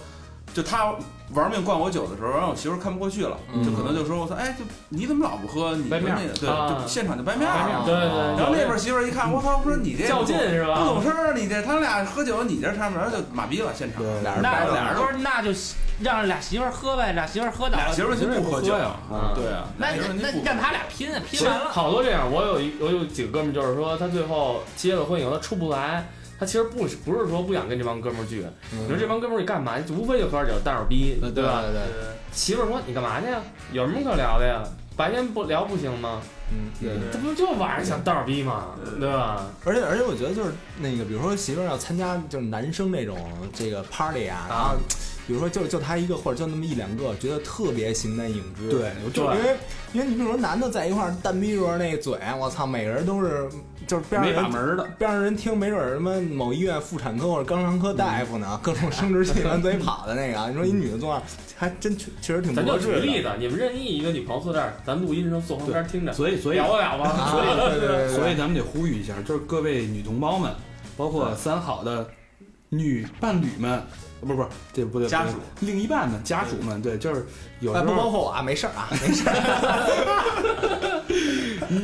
[SPEAKER 1] 就他玩命灌我酒的时候，然后我媳妇儿看不过去了，
[SPEAKER 2] 嗯
[SPEAKER 1] 就可能就说我说，哎，就你怎么老不喝？你
[SPEAKER 2] 掰面儿
[SPEAKER 1] 那个对，
[SPEAKER 3] 啊
[SPEAKER 1] 就现场就掰面儿。
[SPEAKER 3] 啊对对对，
[SPEAKER 1] 然后那边媳妇儿一看，我操，我说你这
[SPEAKER 3] 较劲是
[SPEAKER 1] 不
[SPEAKER 3] 吧？
[SPEAKER 1] 懂事儿，啊你这他俩喝酒，你这上面就马逼了，现场
[SPEAKER 2] 对
[SPEAKER 1] 俩人
[SPEAKER 5] 那
[SPEAKER 1] 掰了
[SPEAKER 5] 俩人说那就让俩媳妇儿喝呗，俩媳妇儿喝倒
[SPEAKER 1] 俩
[SPEAKER 5] 了
[SPEAKER 1] 媳妇儿就不喝酒，
[SPEAKER 2] 呀，
[SPEAKER 3] 啊，
[SPEAKER 1] 对啊，
[SPEAKER 5] 那
[SPEAKER 1] 俩媳妇儿
[SPEAKER 5] 那
[SPEAKER 1] 就不
[SPEAKER 5] 那
[SPEAKER 1] 喝
[SPEAKER 5] 让他俩拼啊，
[SPEAKER 3] 其
[SPEAKER 5] 拼
[SPEAKER 3] 实
[SPEAKER 5] 完了。
[SPEAKER 3] 好多这样，我有一我有几个哥们儿，就是说他最后结了婚以后，他出不来，他其实不是不是说不想跟这帮哥们儿聚，你
[SPEAKER 1] 嗯
[SPEAKER 3] 说这帮哥们儿干嘛？无非就喝点酒、蛋儿逼，对吧？
[SPEAKER 5] 对
[SPEAKER 1] 啊
[SPEAKER 5] 对，
[SPEAKER 3] 媳妇儿说你干嘛去呀？有什么可聊的呀？白天不聊不行吗？
[SPEAKER 4] 嗯，
[SPEAKER 1] 对
[SPEAKER 3] 这不就晚上想蛋儿逼吗？对吧？
[SPEAKER 4] 而且而且我觉得就是那个，比如说媳妇儿要参加就是男生那种这个 party 啊，然后比如说就就他一个或者就那么一两个，觉得特别形单影只。
[SPEAKER 2] 对，
[SPEAKER 4] 就是因为因为你比如说男的在一块儿蛋逼着那嘴，我操，每个人都是就是边上
[SPEAKER 2] 没把
[SPEAKER 4] 人
[SPEAKER 2] 门儿的，
[SPEAKER 4] 边上人听，没准儿什么某医院妇产科或者肛肠科大夫呢，各种生殖器往嘴跑的那个，你说一女的坐那儿，还真确确实挺
[SPEAKER 3] 咱
[SPEAKER 4] 不
[SPEAKER 3] 就
[SPEAKER 4] 合
[SPEAKER 3] 举个
[SPEAKER 4] 适
[SPEAKER 3] 例
[SPEAKER 4] 的。
[SPEAKER 3] 子，你们任意一个女朋友坐这儿，咱录音的时候坐旁边听着，
[SPEAKER 2] 所以所以
[SPEAKER 3] 聊得了吗？
[SPEAKER 4] 啊，对对对，
[SPEAKER 2] 所以咱们得呼吁一下，就是各位女同胞们，包括三好的女伴侣们，不是不是，这不对，
[SPEAKER 1] 家属
[SPEAKER 2] 不对另一半们、家属们，对，就是有
[SPEAKER 4] 哎
[SPEAKER 2] 时
[SPEAKER 4] 不包
[SPEAKER 2] 候，
[SPEAKER 4] 括我啊，没事儿啊，没事儿。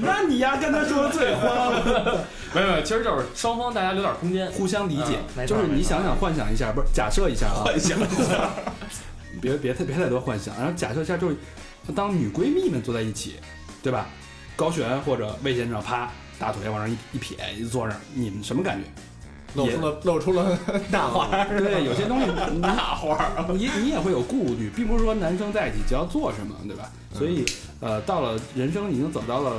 [SPEAKER 2] 那你呀跟他说的最欢了。
[SPEAKER 3] 没有没有，其实就是双方大家留点空间。
[SPEAKER 2] 互相理解
[SPEAKER 3] 嗯没，错
[SPEAKER 2] 就是
[SPEAKER 3] 没
[SPEAKER 2] 你
[SPEAKER 3] 错
[SPEAKER 2] 想想幻想一下，不是假设一下啊，
[SPEAKER 1] 幻 想，
[SPEAKER 2] 别别太别太多幻想，然后假设一下就是，当女闺蜜们坐在一起，对吧？高璇或者魏先生啪大腿往上一一撇一坐那儿，你们什么感觉？
[SPEAKER 4] 露出了露出了大花儿，
[SPEAKER 2] 对，有些东西那花儿，你 你也会有顾虑，并不是说男生在一起就要做什么，对吧？
[SPEAKER 3] 嗯
[SPEAKER 2] 所以，呃，到了人生已经走到了。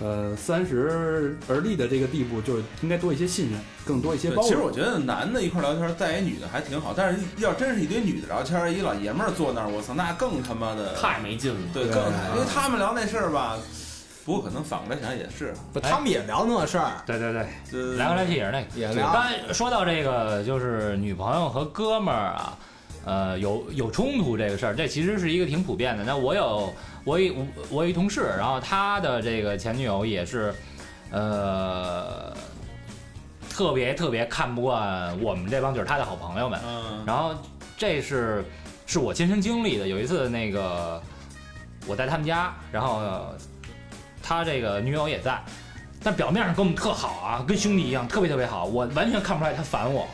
[SPEAKER 2] 呃，三十而立的这个地步，就是应该多一些信任，更多一些
[SPEAKER 1] 对
[SPEAKER 2] 包
[SPEAKER 1] 其实
[SPEAKER 2] 容。
[SPEAKER 1] 我觉得男的一块儿聊天儿，带一女的还挺好，但是要真是一堆女的聊天儿，一老爷们儿坐那儿，我操，那更他妈的，
[SPEAKER 3] 太没劲了，
[SPEAKER 1] 对，
[SPEAKER 2] 对
[SPEAKER 1] 更因为他们聊那事儿吧，不过可能反过来想也是，啊
[SPEAKER 4] 不，他们也聊那事儿，
[SPEAKER 2] 对对对，
[SPEAKER 1] 呃
[SPEAKER 5] 来回来去也是那个。
[SPEAKER 4] 也
[SPEAKER 1] 啊
[SPEAKER 5] 刚
[SPEAKER 4] 聊。
[SPEAKER 5] 才说到这个，就是女朋友和哥们儿啊，呃，有有冲突这个事儿，这其实是一个挺普遍的。那我有我一我我有一同事，然后他的这个前女友也是，呃，特别特别看不惯我们这帮就是他的好朋友们。
[SPEAKER 1] 嗯，
[SPEAKER 5] 然后这是是我亲身经历的。有一次那个我在他们家，然后呃他这个女友也在，但表面上跟我们特好啊，跟兄弟一样，特别特别好，我完全看不出来他烦我。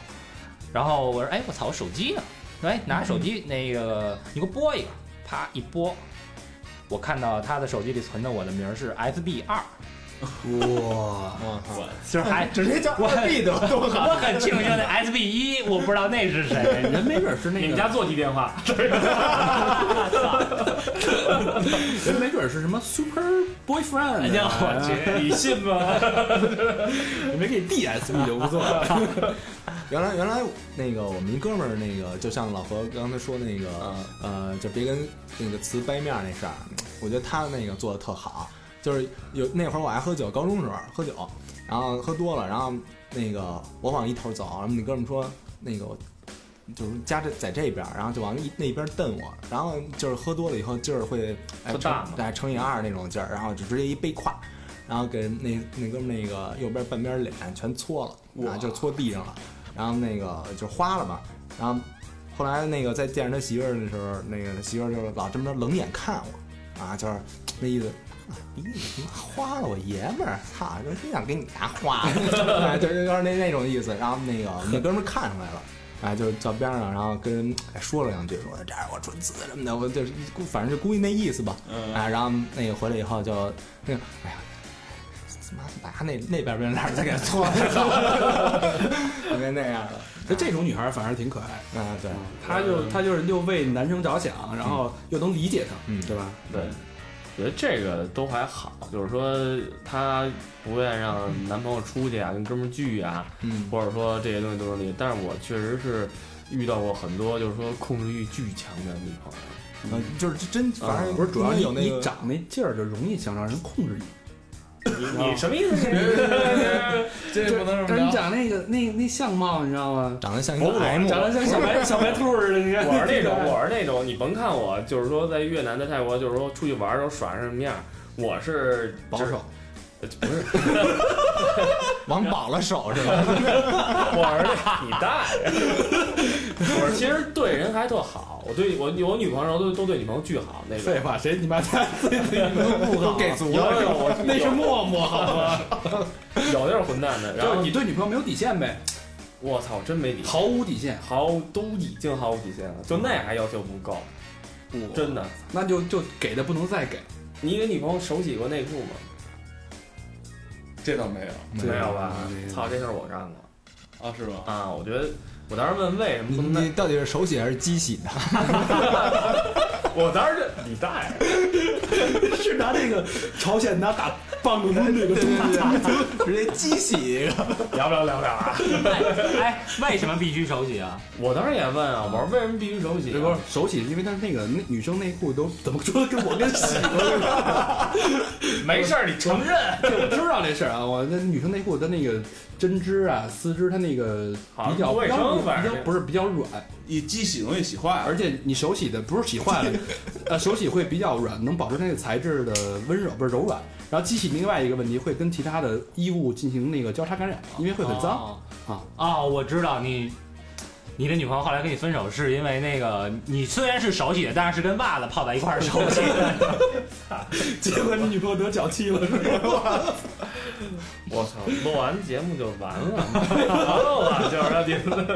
[SPEAKER 5] 然后我说，哎，我操，我手机呢？说，哎，拿着手机那个你给我拨一个，啪一拨。我看到他的手机里存的我的名儿是 SB 二，
[SPEAKER 2] 哇，
[SPEAKER 4] 我
[SPEAKER 5] 就是还
[SPEAKER 4] 直接叫
[SPEAKER 5] 我
[SPEAKER 4] 二 B 都都 好。
[SPEAKER 5] 我很庆幸那 SB 一我不知道那是谁，
[SPEAKER 2] 人没准是那个
[SPEAKER 3] 你们家座机电话，
[SPEAKER 2] 人没准是什么 Super Boyfriend，啊
[SPEAKER 5] 哎呀，我去，你信吗？
[SPEAKER 2] 去，没给 DSB 就不错了。
[SPEAKER 4] 原来原来那个我们一哥们儿那个，就像老何刚才说那个，呃，就别跟那个词掰面儿那事儿，我觉得他那个做的特好。就是有那会儿我爱喝酒，高中时候喝酒，然后喝多了，然后那个我往一头走，然后那哥们儿说那个我就是家这在这边儿，然后就往一那边瞪我，然后就是喝多了以后劲儿会哎
[SPEAKER 3] 特
[SPEAKER 4] 乘
[SPEAKER 3] 大嘛
[SPEAKER 4] 哎乘以二那种劲儿，然后就直接一背胯，然后给那那哥们儿那个右边半边脸全搓了，啊就搓地上了，然后那个就花了嘛，然后后来那个在见着他媳妇儿的时候，那个他媳妇儿就是老这么着冷眼看我，啊就是那意思。比你他妈花了我爷们儿，操！就真想给你拿花， 哎，对，就有点那那种意思。然后那个那哥们儿看出来了，哎，就是到边上，然后跟人哎说了两句，说这是我纯子什么的，我就是估反正就估计那意思吧。
[SPEAKER 1] 嗯
[SPEAKER 4] 啊，然后那个回来以后就那个，哎呀，他妈把那那边边脸再给搓了， 应该那样的。
[SPEAKER 2] 就这种女孩儿反而挺可爱，
[SPEAKER 4] 啊，对，
[SPEAKER 2] 她就她就是又为男生着想，然后又能理解他，
[SPEAKER 4] 嗯
[SPEAKER 2] 对吧？
[SPEAKER 3] 对，我觉得这个都还好，就是说她不愿意让男朋友出去啊，跟哥们儿聚啊，
[SPEAKER 4] 嗯，
[SPEAKER 3] 或者说这些东西都能理解。但是我确实是遇到过很多就是说控制欲巨强的女朋友，
[SPEAKER 4] 呃，就是真嗯反正
[SPEAKER 2] 嗯不是主要
[SPEAKER 4] 有
[SPEAKER 2] 你
[SPEAKER 4] 那
[SPEAKER 2] 你
[SPEAKER 4] 个
[SPEAKER 2] 长那劲儿就容易想让人控制你。
[SPEAKER 3] 你你什么意思？
[SPEAKER 1] 这不能这么
[SPEAKER 2] 但是你
[SPEAKER 1] 聊。
[SPEAKER 2] 长那个那那相貌，你知道吗？
[SPEAKER 4] 长得像一个 M，
[SPEAKER 2] 长得像小白小白兔似的，你看
[SPEAKER 3] 我是那种，我是那种，你甭看我，就是说在越南、在泰国，就是说出去玩的时候耍成什么样，我是
[SPEAKER 2] 保 守，
[SPEAKER 3] 呃不是，
[SPEAKER 4] 往饱了手是吧？
[SPEAKER 3] 我儿子，你大爷！我其实对人还特好，我对我我女朋友都都对女朋友巨好那种
[SPEAKER 2] 废。话，谁你妈他自己不
[SPEAKER 4] 都给
[SPEAKER 3] 有
[SPEAKER 4] 足
[SPEAKER 3] 有
[SPEAKER 4] 了，
[SPEAKER 3] 我
[SPEAKER 2] 那是默默好吗？
[SPEAKER 3] 有那种混蛋的，然
[SPEAKER 2] 就是
[SPEAKER 3] 后
[SPEAKER 2] 你对女朋友没有底线呗，
[SPEAKER 3] 我操，真没底线，
[SPEAKER 2] 毫无底线，
[SPEAKER 3] 毫都已经毫无底线了，就那还要求不够，真的。
[SPEAKER 2] 那就就给的不能再给。
[SPEAKER 3] 你给女朋友手洗过内裤吗？
[SPEAKER 1] 这倒没有
[SPEAKER 3] 没有吧
[SPEAKER 2] 没？有
[SPEAKER 3] 操，这事儿我干过
[SPEAKER 1] 啊，是吗？
[SPEAKER 3] 啊！我觉得我当时问为什么
[SPEAKER 4] 你
[SPEAKER 3] 不能
[SPEAKER 4] 你到底是手洗还是机洗呢？
[SPEAKER 3] 我当时就你大爷！
[SPEAKER 2] 是拿那个朝鲜拿打棒子那个
[SPEAKER 4] 直接机洗一个。
[SPEAKER 3] 聊不聊聊不聊啊？
[SPEAKER 5] 哎，为什么必须手洗啊？
[SPEAKER 3] 我当时也问啊，我说为什么必须手洗啊？
[SPEAKER 2] 不是手洗，因为他那个那女生内裤都怎么说跟我跟洗，
[SPEAKER 3] 没事儿，你承认。
[SPEAKER 2] 我知道这事儿啊。我那女生内裤它那个针织啊、丝织，它那个
[SPEAKER 3] 好
[SPEAKER 2] 比较
[SPEAKER 3] 不卫
[SPEAKER 2] 比
[SPEAKER 3] 生
[SPEAKER 2] 较
[SPEAKER 3] 反
[SPEAKER 2] 比
[SPEAKER 3] 正
[SPEAKER 2] 较不是比较软，
[SPEAKER 1] 一机洗容易洗坏了，
[SPEAKER 2] 而且你手洗的不是洗坏了，呃，手洗会比较软，能保持它那个材质的温柔，不是柔软。然后机洗另外一个问题会跟其他的衣物进行那个交叉感
[SPEAKER 3] 啊
[SPEAKER 2] 染，因为会很 脏。
[SPEAKER 5] 哦。哦，我知道你，你的女朋友后来跟你分手是因为那个，你虽然是手洗的，但是是跟袜子泡在一块儿手洗的。
[SPEAKER 2] 结果你女朋友得脚气了，是吧？
[SPEAKER 3] 我操，录完节目就完 了，完了，就是让你们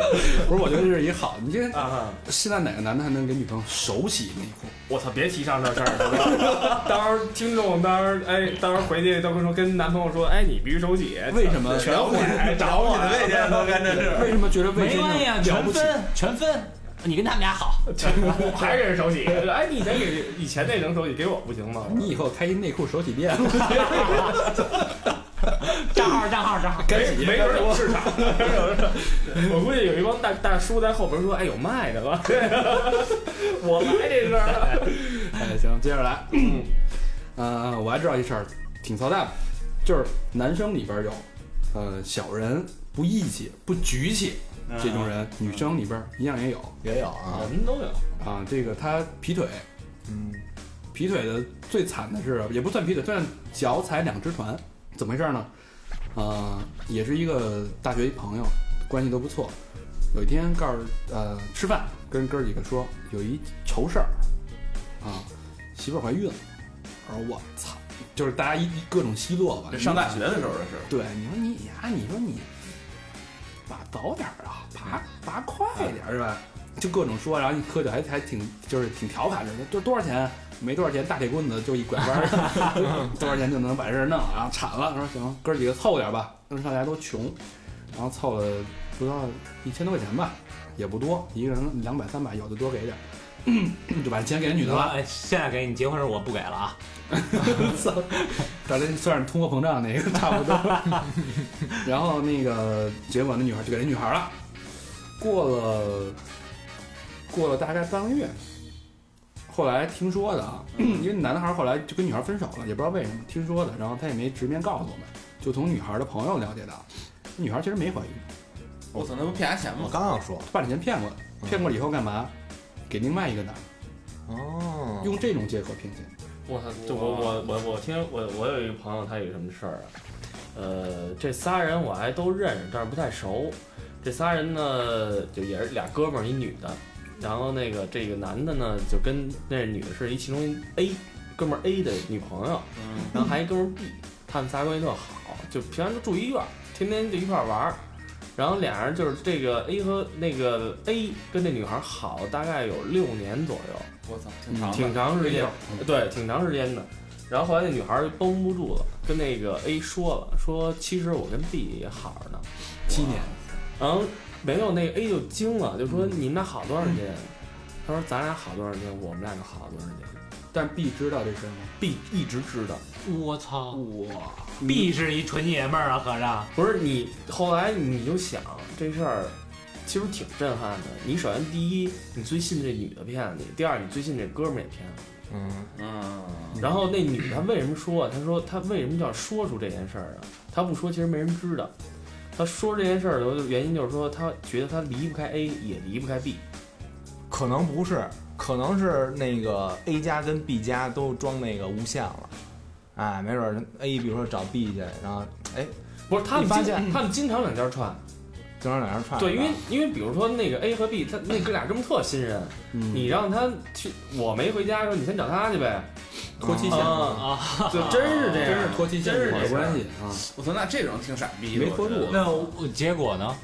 [SPEAKER 2] 不是，我觉得这是一好。你这
[SPEAKER 3] 啊！
[SPEAKER 2] 现在哪个男的还能给女朋友手洗内裤？
[SPEAKER 3] 我操，别提上这事儿了。 到时候听众，到时候哎，到时候回去到时候跟男朋友说，哎，你必须手洗，
[SPEAKER 2] 为什么？
[SPEAKER 3] 全毁，找我
[SPEAKER 1] 你的位置都干这事儿。
[SPEAKER 2] 为什么觉得卫
[SPEAKER 5] 没
[SPEAKER 2] 生
[SPEAKER 5] 关系啊，
[SPEAKER 2] 了
[SPEAKER 5] 全
[SPEAKER 2] 不起？
[SPEAKER 5] 分全分，你跟他们俩好。
[SPEAKER 3] 我还是手洗。哎，你那个以前那能手洗给我不行吗？
[SPEAKER 2] 你以后开一内裤手洗店，
[SPEAKER 5] 账号账号账号。
[SPEAKER 3] 没没准有市 场，没准有市场。我估计有一帮大大叔在后边说：“哎，有卖的了。” 我来这事 儿。
[SPEAKER 2] 哎，行，接着来。嗯呃，我还知道一事儿，挺操蛋的，就是男生里边儿有，呃，小人不义气、不局气这种人，女生里边儿一样也有
[SPEAKER 4] 也有啊，
[SPEAKER 3] 什么都有，
[SPEAKER 2] 啊。这个他劈腿，
[SPEAKER 4] 嗯，
[SPEAKER 2] 劈腿的最惨的是，也不算劈腿，算脚踩两只船，怎么回事呢？呃，也是一个大学一朋友，关系都不错。有一天告诉呃吃饭，跟哥儿几个说有一愁事儿，啊，媳妇儿怀孕了。我说我操，就是大家一一各种奚落吧
[SPEAKER 1] 这。上大学的时候的事儿，
[SPEAKER 2] 对，你说你呀、你说你把早点儿啊，拔拔快点儿是吧？就各种说，然后一喝酒还还挺就是挺调侃似的，就多少钱？没多少钱，大铁棍子就一拐弯儿， 多少钱就能把这事儿弄了，然后铲了。说行，哥儿几个凑点儿吧，那时候大家都穷，然后凑了不到一千多块钱吧，也不多，一个人两百三百，有的多给点儿， 就把钱给人女的了。
[SPEAKER 5] 哎现在给你结婚时候我不给了啊，
[SPEAKER 2] 操，咱这算是通货膨胀那个差不多。然后那个结果那女孩就给那女孩了，过了过了大概半个月，后来听说的啊， 因为男孩后来就跟女孩分手了，也不知道为什么，听说的，然后他也没直面告诉我们，就从女孩的朋友了解的，女孩其实没怀孕，
[SPEAKER 1] 我操，那不骗伢钱
[SPEAKER 4] 嗯我
[SPEAKER 1] 吗？
[SPEAKER 4] 刚要说
[SPEAKER 2] 她把这钱骗过来，
[SPEAKER 4] 嗯
[SPEAKER 2] 骗过来以后干嘛？给另外一个男的，
[SPEAKER 4] 哦，
[SPEAKER 2] 用这种借口骗钱。
[SPEAKER 3] 我操！就我我我我听我我有一个朋友，他有什么事儿啊？呃，这仨人我还都认识，但是不太熟。这仨人呢，就也是俩哥们儿，一女的。然后那个这个男的呢，就跟那女的是一其中一 A 哥们儿 A 的女朋友，
[SPEAKER 1] 嗯，
[SPEAKER 3] 然后还一哥们儿 B，他们仨关系特好，就平常都住一院儿，天天就一块儿玩儿。然后俩人就是这个 A 和那个 A 跟那女孩儿好，大概有六年左右。
[SPEAKER 1] 我操，挺长的。
[SPEAKER 3] 挺长时间，对，挺长时间的。然后后来那女孩儿绷不住了，跟那个 A 说了，说其实我跟 B 也好着呢。
[SPEAKER 2] 七年，
[SPEAKER 3] 然后没有那个 A 就惊了，就说你们俩好多长时间？他说咱俩好多长时间，我们俩就好多长时间。
[SPEAKER 2] 但 B 知道这事儿吗？
[SPEAKER 3] B 一直知道，
[SPEAKER 5] 我操
[SPEAKER 2] 哇，
[SPEAKER 5] ，B 是一纯爷们儿啊，合着
[SPEAKER 3] 不是你后来你就想这事儿其实挺震撼的。你首先第一，你最信这女的骗你；第二，你最信这哥们儿也骗你。
[SPEAKER 4] 嗯，
[SPEAKER 1] 嗯，
[SPEAKER 3] 然后那女她为什么说啊？她说她为什么要说出这件事儿啊？她不说，其实没人知道。她说这件事儿的原因就是说，她觉得她离不开 A，也离不开 B。
[SPEAKER 4] 可能不是，可能是那个 A 加跟 B 加都装那个无线了，哎，没准儿 A 比如说找 B 去，然后哎，
[SPEAKER 3] 不是，他们
[SPEAKER 4] 你发现嗯啊
[SPEAKER 3] 经他们经常两家串，
[SPEAKER 4] 正好两人串。
[SPEAKER 3] 对，因为因为比如说那个 A 和 B，他那哥俩哥们儿特信任，
[SPEAKER 2] 嗯
[SPEAKER 3] 你让他去，我没回家说你先找他去呗，
[SPEAKER 2] 拖妻
[SPEAKER 4] 嗯
[SPEAKER 2] 线
[SPEAKER 3] 啊啊，就真是这样，
[SPEAKER 2] 真是脱妻
[SPEAKER 3] 真
[SPEAKER 2] 线
[SPEAKER 3] 是
[SPEAKER 2] 有
[SPEAKER 3] 这
[SPEAKER 2] 关
[SPEAKER 3] 样。
[SPEAKER 2] 系啊，
[SPEAKER 1] 我操，那这种挺傻逼的，
[SPEAKER 2] 没拖住
[SPEAKER 1] 我觉得
[SPEAKER 5] 那我结果呢？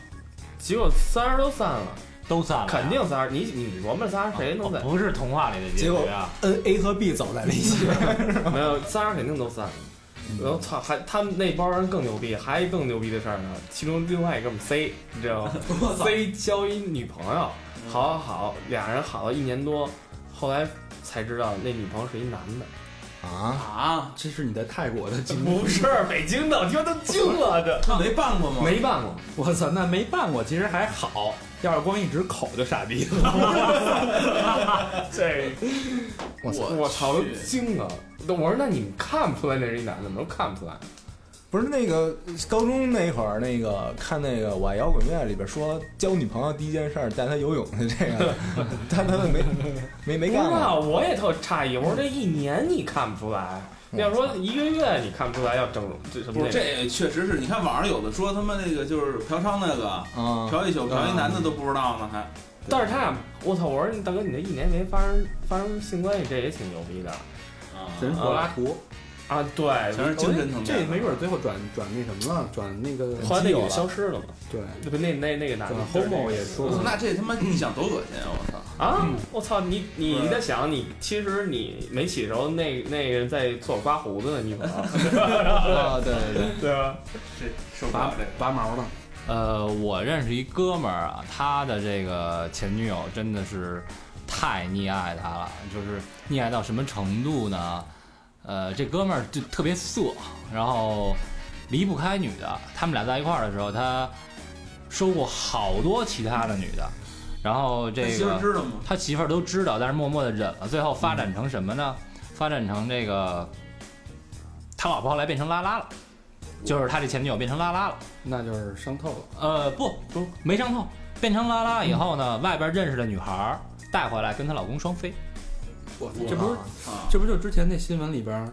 [SPEAKER 3] 结果仨人都散了，
[SPEAKER 5] 都散了呀，
[SPEAKER 3] 肯定仨人，你你琢磨仨人谁能在？
[SPEAKER 5] 不是童话里的结
[SPEAKER 4] 结果
[SPEAKER 5] 局啊！
[SPEAKER 4] N A 和 B 走在了一起，
[SPEAKER 3] 没有，仨人肯定都散了。然后操，还他们那帮人更牛逼，还一更牛逼的事儿呢。其中另外一个我们 C，你知道 吗？C 交一女朋友，好好好，俩人好了一年多，后来才知道那女朋友是一男的。
[SPEAKER 4] 啊，
[SPEAKER 1] 啊，
[SPEAKER 2] 这是你在泰国的经历。
[SPEAKER 3] 不是北京的，我听都惊了，这
[SPEAKER 1] 那没办过吗？
[SPEAKER 3] 没办过。
[SPEAKER 2] 我操，那没办过，其实还好。要是光一直口就傻逼了。
[SPEAKER 3] 这
[SPEAKER 4] 我操
[SPEAKER 3] 我操，都惊了。我说那你们看不出来那是一男的吗？我说看不出来。
[SPEAKER 4] 不是那个高中那会儿那个看那个《我爱摇滚乐》里边说交女朋友第一件事儿带她游泳的这个， 他他 们没没没
[SPEAKER 3] 不
[SPEAKER 4] 干
[SPEAKER 3] 知
[SPEAKER 4] 过。
[SPEAKER 3] 道，我也特诧异。我说这一年你看不出来，
[SPEAKER 4] 嗯
[SPEAKER 3] 要说一个月你看不出来要整容，这什么
[SPEAKER 1] 不是，这确实是你看网上有的说他妈那个就是嫖娼那个，
[SPEAKER 4] 啊，
[SPEAKER 1] 嫖一宿嫖一男的都不知道呢，还
[SPEAKER 3] 但是他俩，我操！我说你大哥，你这一年没发生发生性关系，这也挺牛逼的
[SPEAKER 1] 啊
[SPEAKER 2] 人柏拉图，
[SPEAKER 3] 啊！对，
[SPEAKER 1] 全是精神层面的。
[SPEAKER 2] 这没准最后转转那什么了，转那个
[SPEAKER 3] 后来那女消失了嘛？
[SPEAKER 2] 对，
[SPEAKER 3] 对不？那那那个男
[SPEAKER 2] 转
[SPEAKER 3] 的
[SPEAKER 2] homo 也说
[SPEAKER 1] 我操，
[SPEAKER 2] 了。
[SPEAKER 1] 那这他妈你想多恶心啊！我操，
[SPEAKER 3] 啊！我操！你你你在想你其实你没起的时候，那那个人在厕所刮胡子呢，你可能
[SPEAKER 4] 啊对对对，
[SPEAKER 3] 对吧？
[SPEAKER 1] 这受不
[SPEAKER 2] 拔
[SPEAKER 1] 了这个。
[SPEAKER 2] 拔毛了，
[SPEAKER 5] 呃，我认识一哥们儿啊，他的这个前女友真的是太溺爱他了，就是溺爱到什么程度呢？呃，这哥们儿就特别色，然后离不开女的。他们俩在一块儿的时候，他收过好多其他的女的，然后这
[SPEAKER 1] 他
[SPEAKER 5] 个
[SPEAKER 1] 媳妇儿知道吗？
[SPEAKER 5] 他媳妇儿都知道，但是默默的忍了。最后发展成什么呢？发展成这个，他老婆后来变成拉拉了，就是他这前女友变成拉拉了。
[SPEAKER 2] 那就是伤透了。
[SPEAKER 5] 呃，不不，没伤透，变成拉拉以后呢，外边认识的女孩儿带回来跟她老公双飞。
[SPEAKER 2] 我这不是
[SPEAKER 1] 啊，
[SPEAKER 2] 这不就之前那新闻里边儿，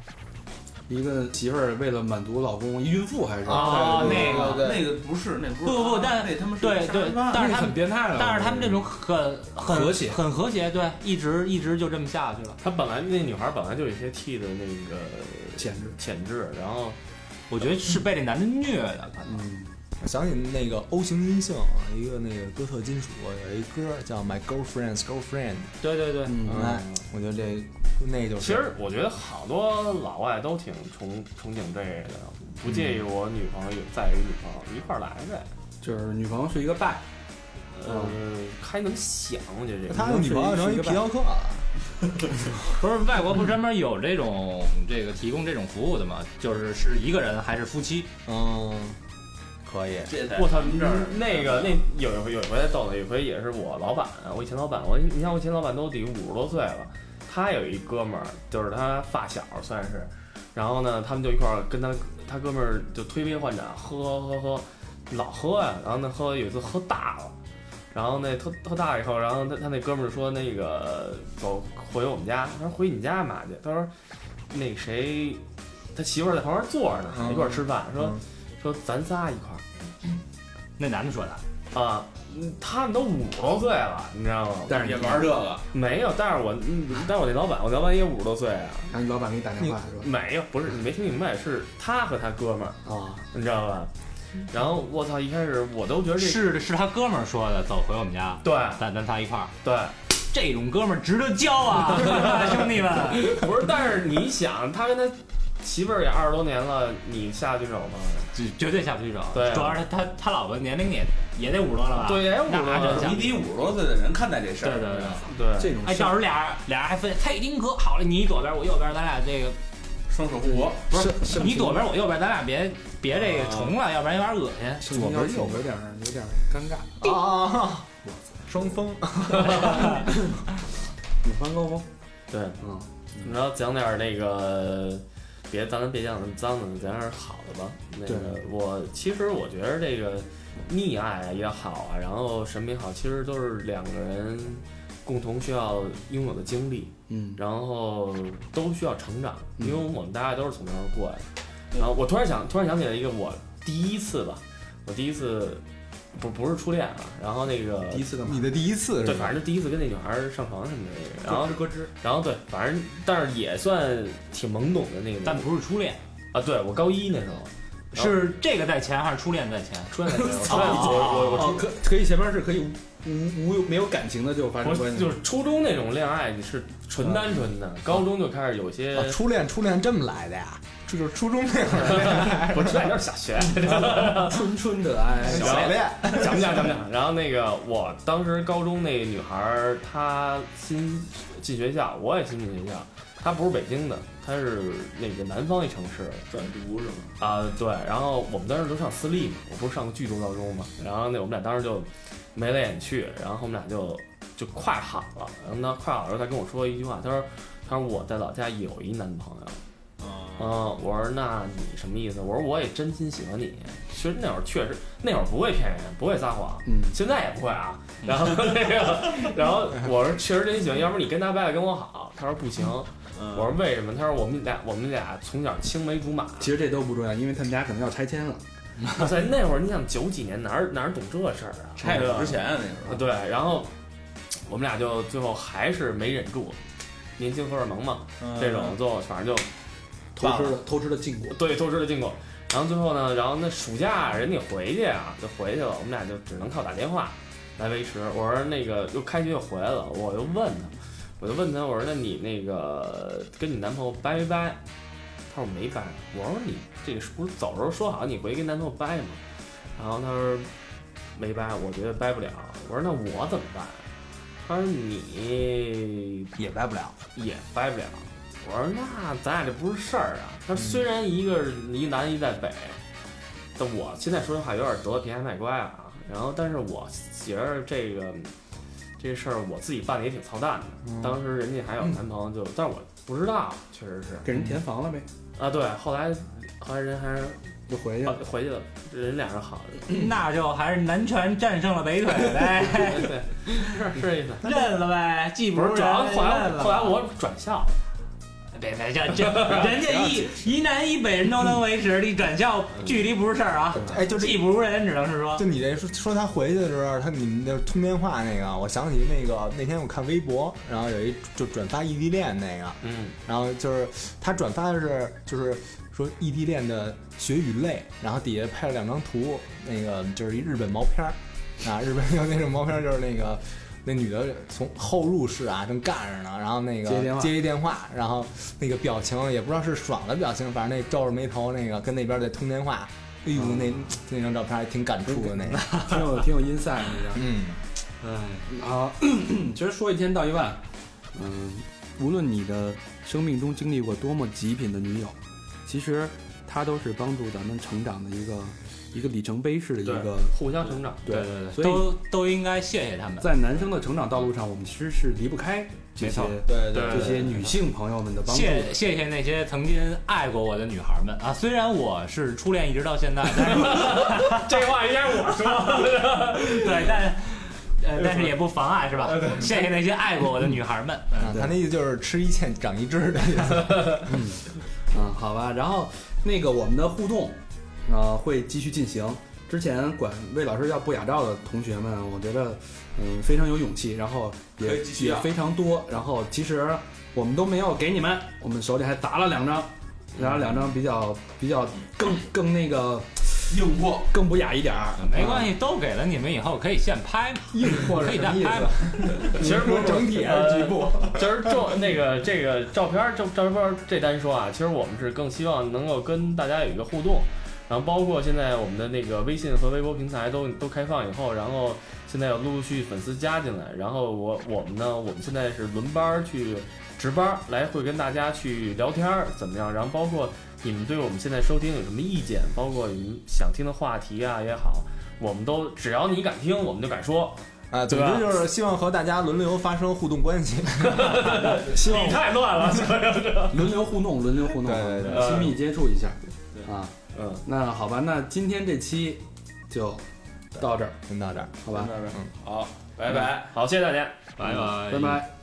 [SPEAKER 2] 一个媳妇儿为了满足老公，一孕妇还是
[SPEAKER 5] 啊那个
[SPEAKER 1] 那个不是，那不是
[SPEAKER 5] 不不不但
[SPEAKER 1] 那他妈是
[SPEAKER 5] 对
[SPEAKER 1] 杀
[SPEAKER 5] 对
[SPEAKER 1] 人犯
[SPEAKER 5] 但是
[SPEAKER 2] 那
[SPEAKER 5] 他
[SPEAKER 2] 很
[SPEAKER 5] 们
[SPEAKER 2] 变态了。
[SPEAKER 5] 但是他们这种很很
[SPEAKER 2] 和谐
[SPEAKER 5] 很和谐，对，一直一直就这么下去了。
[SPEAKER 3] 他本来那女孩本来就有一些 T 的那个
[SPEAKER 2] 简直，
[SPEAKER 3] 潜质，然后
[SPEAKER 5] 我觉得是被这男的虐的，可能。
[SPEAKER 2] 嗯，
[SPEAKER 4] 我想起那个 O 型阴性啊，一个那个哥特金属有一歌叫《My Girlfriend's Girlfriend》，
[SPEAKER 3] 对对对，
[SPEAKER 2] 嗯
[SPEAKER 4] 哎，我觉得这那就是
[SPEAKER 3] 其实我觉得好多老外都挺憧憧憬这个的，不介意我女朋友有再有一女朋友一块儿来呗。
[SPEAKER 2] 就是女朋友是一个败，
[SPEAKER 3] 呃，还能想，我觉得这个
[SPEAKER 4] 他的女朋友成一皮条客了。
[SPEAKER 5] 不是外国不专门有这种这个提供这种服务的吗？就是是一个人还是夫妻？
[SPEAKER 4] 嗯，可以。
[SPEAKER 1] 这才
[SPEAKER 3] 我操嗯
[SPEAKER 1] 这儿，
[SPEAKER 3] 那个那有一回有一回太逗了，有一回也是我老板，我以前老板，我你像我以前老板都得五十多岁了，他有一哥们儿，就是他发小算是，然后呢，他们就一块儿跟他他哥们儿就推杯换盏，喝喝喝，老喝呀、然后呢喝有一次喝大了。然后那特特大以后，然后他他那哥们儿说那个走回我们家，他说回你家干嘛去？他说那谁，他媳妇儿在旁边坐着呢，
[SPEAKER 4] 嗯
[SPEAKER 3] 一块儿吃饭，说、
[SPEAKER 4] 嗯
[SPEAKER 3] 说咱仨一块儿。
[SPEAKER 5] 那男的说的。
[SPEAKER 3] 啊，嗯他们都五十多岁了，你知道吗？
[SPEAKER 2] 但是
[SPEAKER 1] 也
[SPEAKER 2] 你
[SPEAKER 1] 玩这个，
[SPEAKER 3] 没有，但是我，嗯但是我那老板，我老板也五十多岁啊，
[SPEAKER 2] 然后你老板给你打电话说
[SPEAKER 3] 没有，不是你没听明白，是他和他哥们儿，
[SPEAKER 2] 啊，
[SPEAKER 3] 你知道吧？然后我操，一开始我都觉得这
[SPEAKER 5] 是是他哥们儿说的，走回我们家，
[SPEAKER 3] 对
[SPEAKER 5] 咱咱仨一块儿，
[SPEAKER 3] 对，
[SPEAKER 5] 这种哥们儿值得交啊，兄弟们。
[SPEAKER 3] 不是，但是你想，他跟他媳妇儿也二十多年了，你下得去手吗？
[SPEAKER 5] 绝绝对下不去手，
[SPEAKER 3] 对啊
[SPEAKER 5] 主要是他他他老婆年龄也也得五十多了吧？
[SPEAKER 3] 对，也五十多
[SPEAKER 5] 啊那真
[SPEAKER 3] 了嗯
[SPEAKER 5] 像，
[SPEAKER 1] 你得五十多岁的人看待这事
[SPEAKER 5] 对
[SPEAKER 1] 儿。
[SPEAKER 5] 对对。
[SPEAKER 3] 对，
[SPEAKER 2] 这种
[SPEAKER 5] 哎，
[SPEAKER 2] 事
[SPEAKER 5] 到时候俩人俩人还分，嘿，丁可好了，你左边我右边，咱俩这个
[SPEAKER 1] 双手互搏，
[SPEAKER 5] 不
[SPEAKER 2] 是
[SPEAKER 5] 是你左边我右边，咱俩别别这
[SPEAKER 3] 啊
[SPEAKER 5] 个重了，要不然有点恶心。
[SPEAKER 2] 左边右边有点儿有点儿尴尬，
[SPEAKER 4] 啊， 双 峰，
[SPEAKER 2] 五番高峰，
[SPEAKER 3] 对，
[SPEAKER 2] 嗯，
[SPEAKER 3] 你知道讲点儿那个，别咱咱别讲那么脏的，讲点儿好的吧。那个我其实我觉得这个溺爱也好啊，然后审美好，其实都是两个人共同需要拥有的经历，
[SPEAKER 2] 嗯，
[SPEAKER 3] 然后都需要成长，
[SPEAKER 2] 嗯
[SPEAKER 3] 因为我们大家都是从这儿过来的。然后我突然想，突然想起来一个我第一次吧，我第一次不不是初恋啊，然后那个
[SPEAKER 2] 第一次干嘛
[SPEAKER 4] 你？的第一次是
[SPEAKER 3] 对，
[SPEAKER 4] 吧？
[SPEAKER 3] 反正就第一次跟那女孩儿上床什么的那个，然后
[SPEAKER 5] 哦
[SPEAKER 2] 咯吱，
[SPEAKER 3] 然后对，反正但是也算挺懵懂的那个年纪，
[SPEAKER 5] 但不是初恋，
[SPEAKER 3] 啊，对我高一那时候，哦
[SPEAKER 5] 是这个在前还是初恋在前？
[SPEAKER 3] 初恋那 时候，初恋我我我
[SPEAKER 2] 哦，可可以前面是可以无无无没有感情的就发生关系，
[SPEAKER 3] 我就是初中那种恋爱，你是纯单纯的，高中就开始有些
[SPEAKER 4] 啊，初恋，初恋这么来的呀？这就是初中那会儿
[SPEAKER 3] 不是初恋就是哎小学，
[SPEAKER 2] 春春的爱，
[SPEAKER 3] 小
[SPEAKER 4] 小恋，
[SPEAKER 3] 讲不讲讲不讲？然后那个我当时高中那女孩儿，她新进学校，我也新进学校，她不是北京的，她是那个南方一城市的。
[SPEAKER 1] 转读是吗？
[SPEAKER 3] 啊、对，然后我们当时都上私立嘛，我不是上过巨中高中嘛，然后那我们俩当时就眉来眼去，然后我们俩就就快好了，然后他快好的时候，他跟我说一句话，他说他说我在老家有一男朋友，嗯、我说那你什么意思？我说我也真心喜欢你，其实那会儿确实那会儿不会骗人，不会撒谎，
[SPEAKER 2] 嗯，
[SPEAKER 3] 现在也不会啊。
[SPEAKER 1] 嗯
[SPEAKER 3] 然后那个，然后我说确实真喜欢，要不你跟他掰了跟我好？他说不行，
[SPEAKER 1] 嗯
[SPEAKER 3] 我说为什么？他说我们俩我们俩从小青梅竹马。
[SPEAKER 2] 其实这都不重要，因为他们家可能要拆迁了，
[SPEAKER 3] 哇塞，那会儿你想九几年哪儿哪儿懂这事儿啊？
[SPEAKER 1] 拆
[SPEAKER 3] 对
[SPEAKER 1] 了
[SPEAKER 3] 吧
[SPEAKER 1] 之前啊那时
[SPEAKER 3] 啊
[SPEAKER 1] 候，
[SPEAKER 3] 对，然后我们俩就最后还是没忍住，年轻荷尔蒙嘛，
[SPEAKER 1] 嗯
[SPEAKER 3] 这种就反正就
[SPEAKER 2] 偷
[SPEAKER 3] 忘
[SPEAKER 2] 吃
[SPEAKER 3] 了
[SPEAKER 2] 了偷吃了禁果，
[SPEAKER 3] 对偷吃了禁果。然后最后呢，然后那暑假人得回去啊，就回去了，我们俩就只能靠打电话来维持。我说那个又开学又回来了，我又问他，我就问他，我说那你那个跟你男朋友掰没掰？他说没掰。我说你这是不是走的时候说好你回去跟男朋友掰吗？然后他说没掰，我觉得掰不了。我说那我怎么办？他说你
[SPEAKER 4] 也掰不了。
[SPEAKER 3] 也掰不了。我说那咱俩这不是事儿啊。他说虽然一个是一南一在北，但我现在说的话有点得了便宜卖乖啊。然后但是我觉得这个这事儿我自己办的也挺操蛋的。当时人家还有男朋友就，但是我不知道，确实是
[SPEAKER 2] 给人填房了呗，
[SPEAKER 3] 啊。对，后来后来人还是、
[SPEAKER 2] 就回去
[SPEAKER 3] 啊
[SPEAKER 2] 了。
[SPEAKER 3] 回去了，人俩是 好的。
[SPEAKER 5] 那就还是南拳战胜了北腿 呗，
[SPEAKER 3] 对对，是是这 意思。
[SPEAKER 5] 认了呗，技不
[SPEAKER 3] 不是，
[SPEAKER 5] 如
[SPEAKER 3] 主
[SPEAKER 5] 人，
[SPEAKER 3] 要
[SPEAKER 5] 认
[SPEAKER 3] 后来
[SPEAKER 5] 了。
[SPEAKER 3] 后来我转校了，
[SPEAKER 5] 别别这这，人 家一一南一北人都能维持，你转校
[SPEAKER 3] 嗯
[SPEAKER 5] 距离不是事儿啊，
[SPEAKER 4] 哎，就这
[SPEAKER 5] 技不如人，只能是说
[SPEAKER 4] 就你这说说他回去的时候，他你们那通电话那个，我想起那个那天我看微博，然后有一就转发异地恋那个，
[SPEAKER 3] 嗯，
[SPEAKER 4] 然后就是他转发的是就是说异地恋的血与泪，然后底下配了两张图，那个就是一日本毛片儿啊，日本有那种毛片儿就是那个那女的从后入室啊正干着呢，然后那个
[SPEAKER 2] 接一电话
[SPEAKER 4] 接一电话，然后那个表情也不知道是爽的表情，反正那皱着眉头那个跟那边在通电话，哎呦那
[SPEAKER 2] 嗯
[SPEAKER 4] 那张照片还挺感触的那个，
[SPEAKER 2] 挺有挺有 inside 的 这样。
[SPEAKER 4] 嗯。
[SPEAKER 2] 哎，啊，其实说一千道一万，嗯，无论你的生命中经历过多么极品的女友，其实她都是帮助咱们成长的一个一个里程碑式的一个。
[SPEAKER 3] 互相成长。
[SPEAKER 2] 对
[SPEAKER 5] 对
[SPEAKER 2] 所以
[SPEAKER 5] 都都应该谢谢他们。
[SPEAKER 2] 在男生的成长道路上，我们其实是离不开这些
[SPEAKER 5] 没错
[SPEAKER 4] 对
[SPEAKER 3] 对
[SPEAKER 2] 这些女性朋友们的帮助。
[SPEAKER 5] 谢谢谢那些曾经爱过我的女孩们啊！虽然我是初恋一直到现在，但 是
[SPEAKER 3] 这话应该是我说。
[SPEAKER 5] 对，但呃，但是也不妨碍是吧？谢谢那些爱过我的女孩们。
[SPEAKER 4] 啊，他那意思就是吃一堑长一智的意思。
[SPEAKER 2] 嗯，好吧。然后那个我们的互动，呃，会继续进行。之前管魏老师要不雅照的同学们，我觉得嗯非常有勇气，然后
[SPEAKER 1] 可
[SPEAKER 2] 也
[SPEAKER 1] 以继续啊
[SPEAKER 2] 也
[SPEAKER 1] 要
[SPEAKER 2] 非常多。然后其实我们都没有给你们，我们手里还砸了两张，然后两张比较比较更更那个
[SPEAKER 1] 硬货，
[SPEAKER 2] 更不雅一点儿，
[SPEAKER 5] 没关
[SPEAKER 2] 系。
[SPEAKER 5] 系，都给了你们以后可以现拍嘛，
[SPEAKER 4] 硬货
[SPEAKER 5] 可
[SPEAKER 4] 是
[SPEAKER 5] 以
[SPEAKER 4] 什
[SPEAKER 5] 再
[SPEAKER 4] 么意
[SPEAKER 5] 拍
[SPEAKER 4] 思
[SPEAKER 5] 嘛？。
[SPEAKER 3] 其实不是
[SPEAKER 4] 整体
[SPEAKER 2] 呃
[SPEAKER 4] 还是局部？
[SPEAKER 3] 就是照那个这个照片儿照照片儿这单说啊，其实我们是更希望能够跟大家有一个互动。然后包括现在我们的那个微信和微博平台都都开放以后，然后现在有陆陆续续粉丝加进来，然后我我们呢，我们现在是轮班儿去值班儿来会跟大家去聊天儿怎么样，然后包括你们对我们现在收听有什么意见，包括你们想听的话题啊也好，我们都只要你敢听，我们就敢说。
[SPEAKER 4] 啊，总
[SPEAKER 3] 对吧
[SPEAKER 4] 之就是希望和大家轮流发生互动关系。
[SPEAKER 2] 希望
[SPEAKER 3] 你太乱 了，
[SPEAKER 2] 轮流互动，轮流互动，
[SPEAKER 4] 对 对
[SPEAKER 1] 呃
[SPEAKER 3] 对
[SPEAKER 2] 亲密接触一下
[SPEAKER 1] 对
[SPEAKER 2] 啊。
[SPEAKER 3] 嗯，
[SPEAKER 2] 那好吧，那今天这期就到这儿，
[SPEAKER 4] 先到这儿。
[SPEAKER 2] 好吧，
[SPEAKER 1] 到这儿
[SPEAKER 4] 嗯
[SPEAKER 1] 好，拜拜。
[SPEAKER 3] 好，谢谢大家。
[SPEAKER 5] 拜拜，
[SPEAKER 2] 拜拜。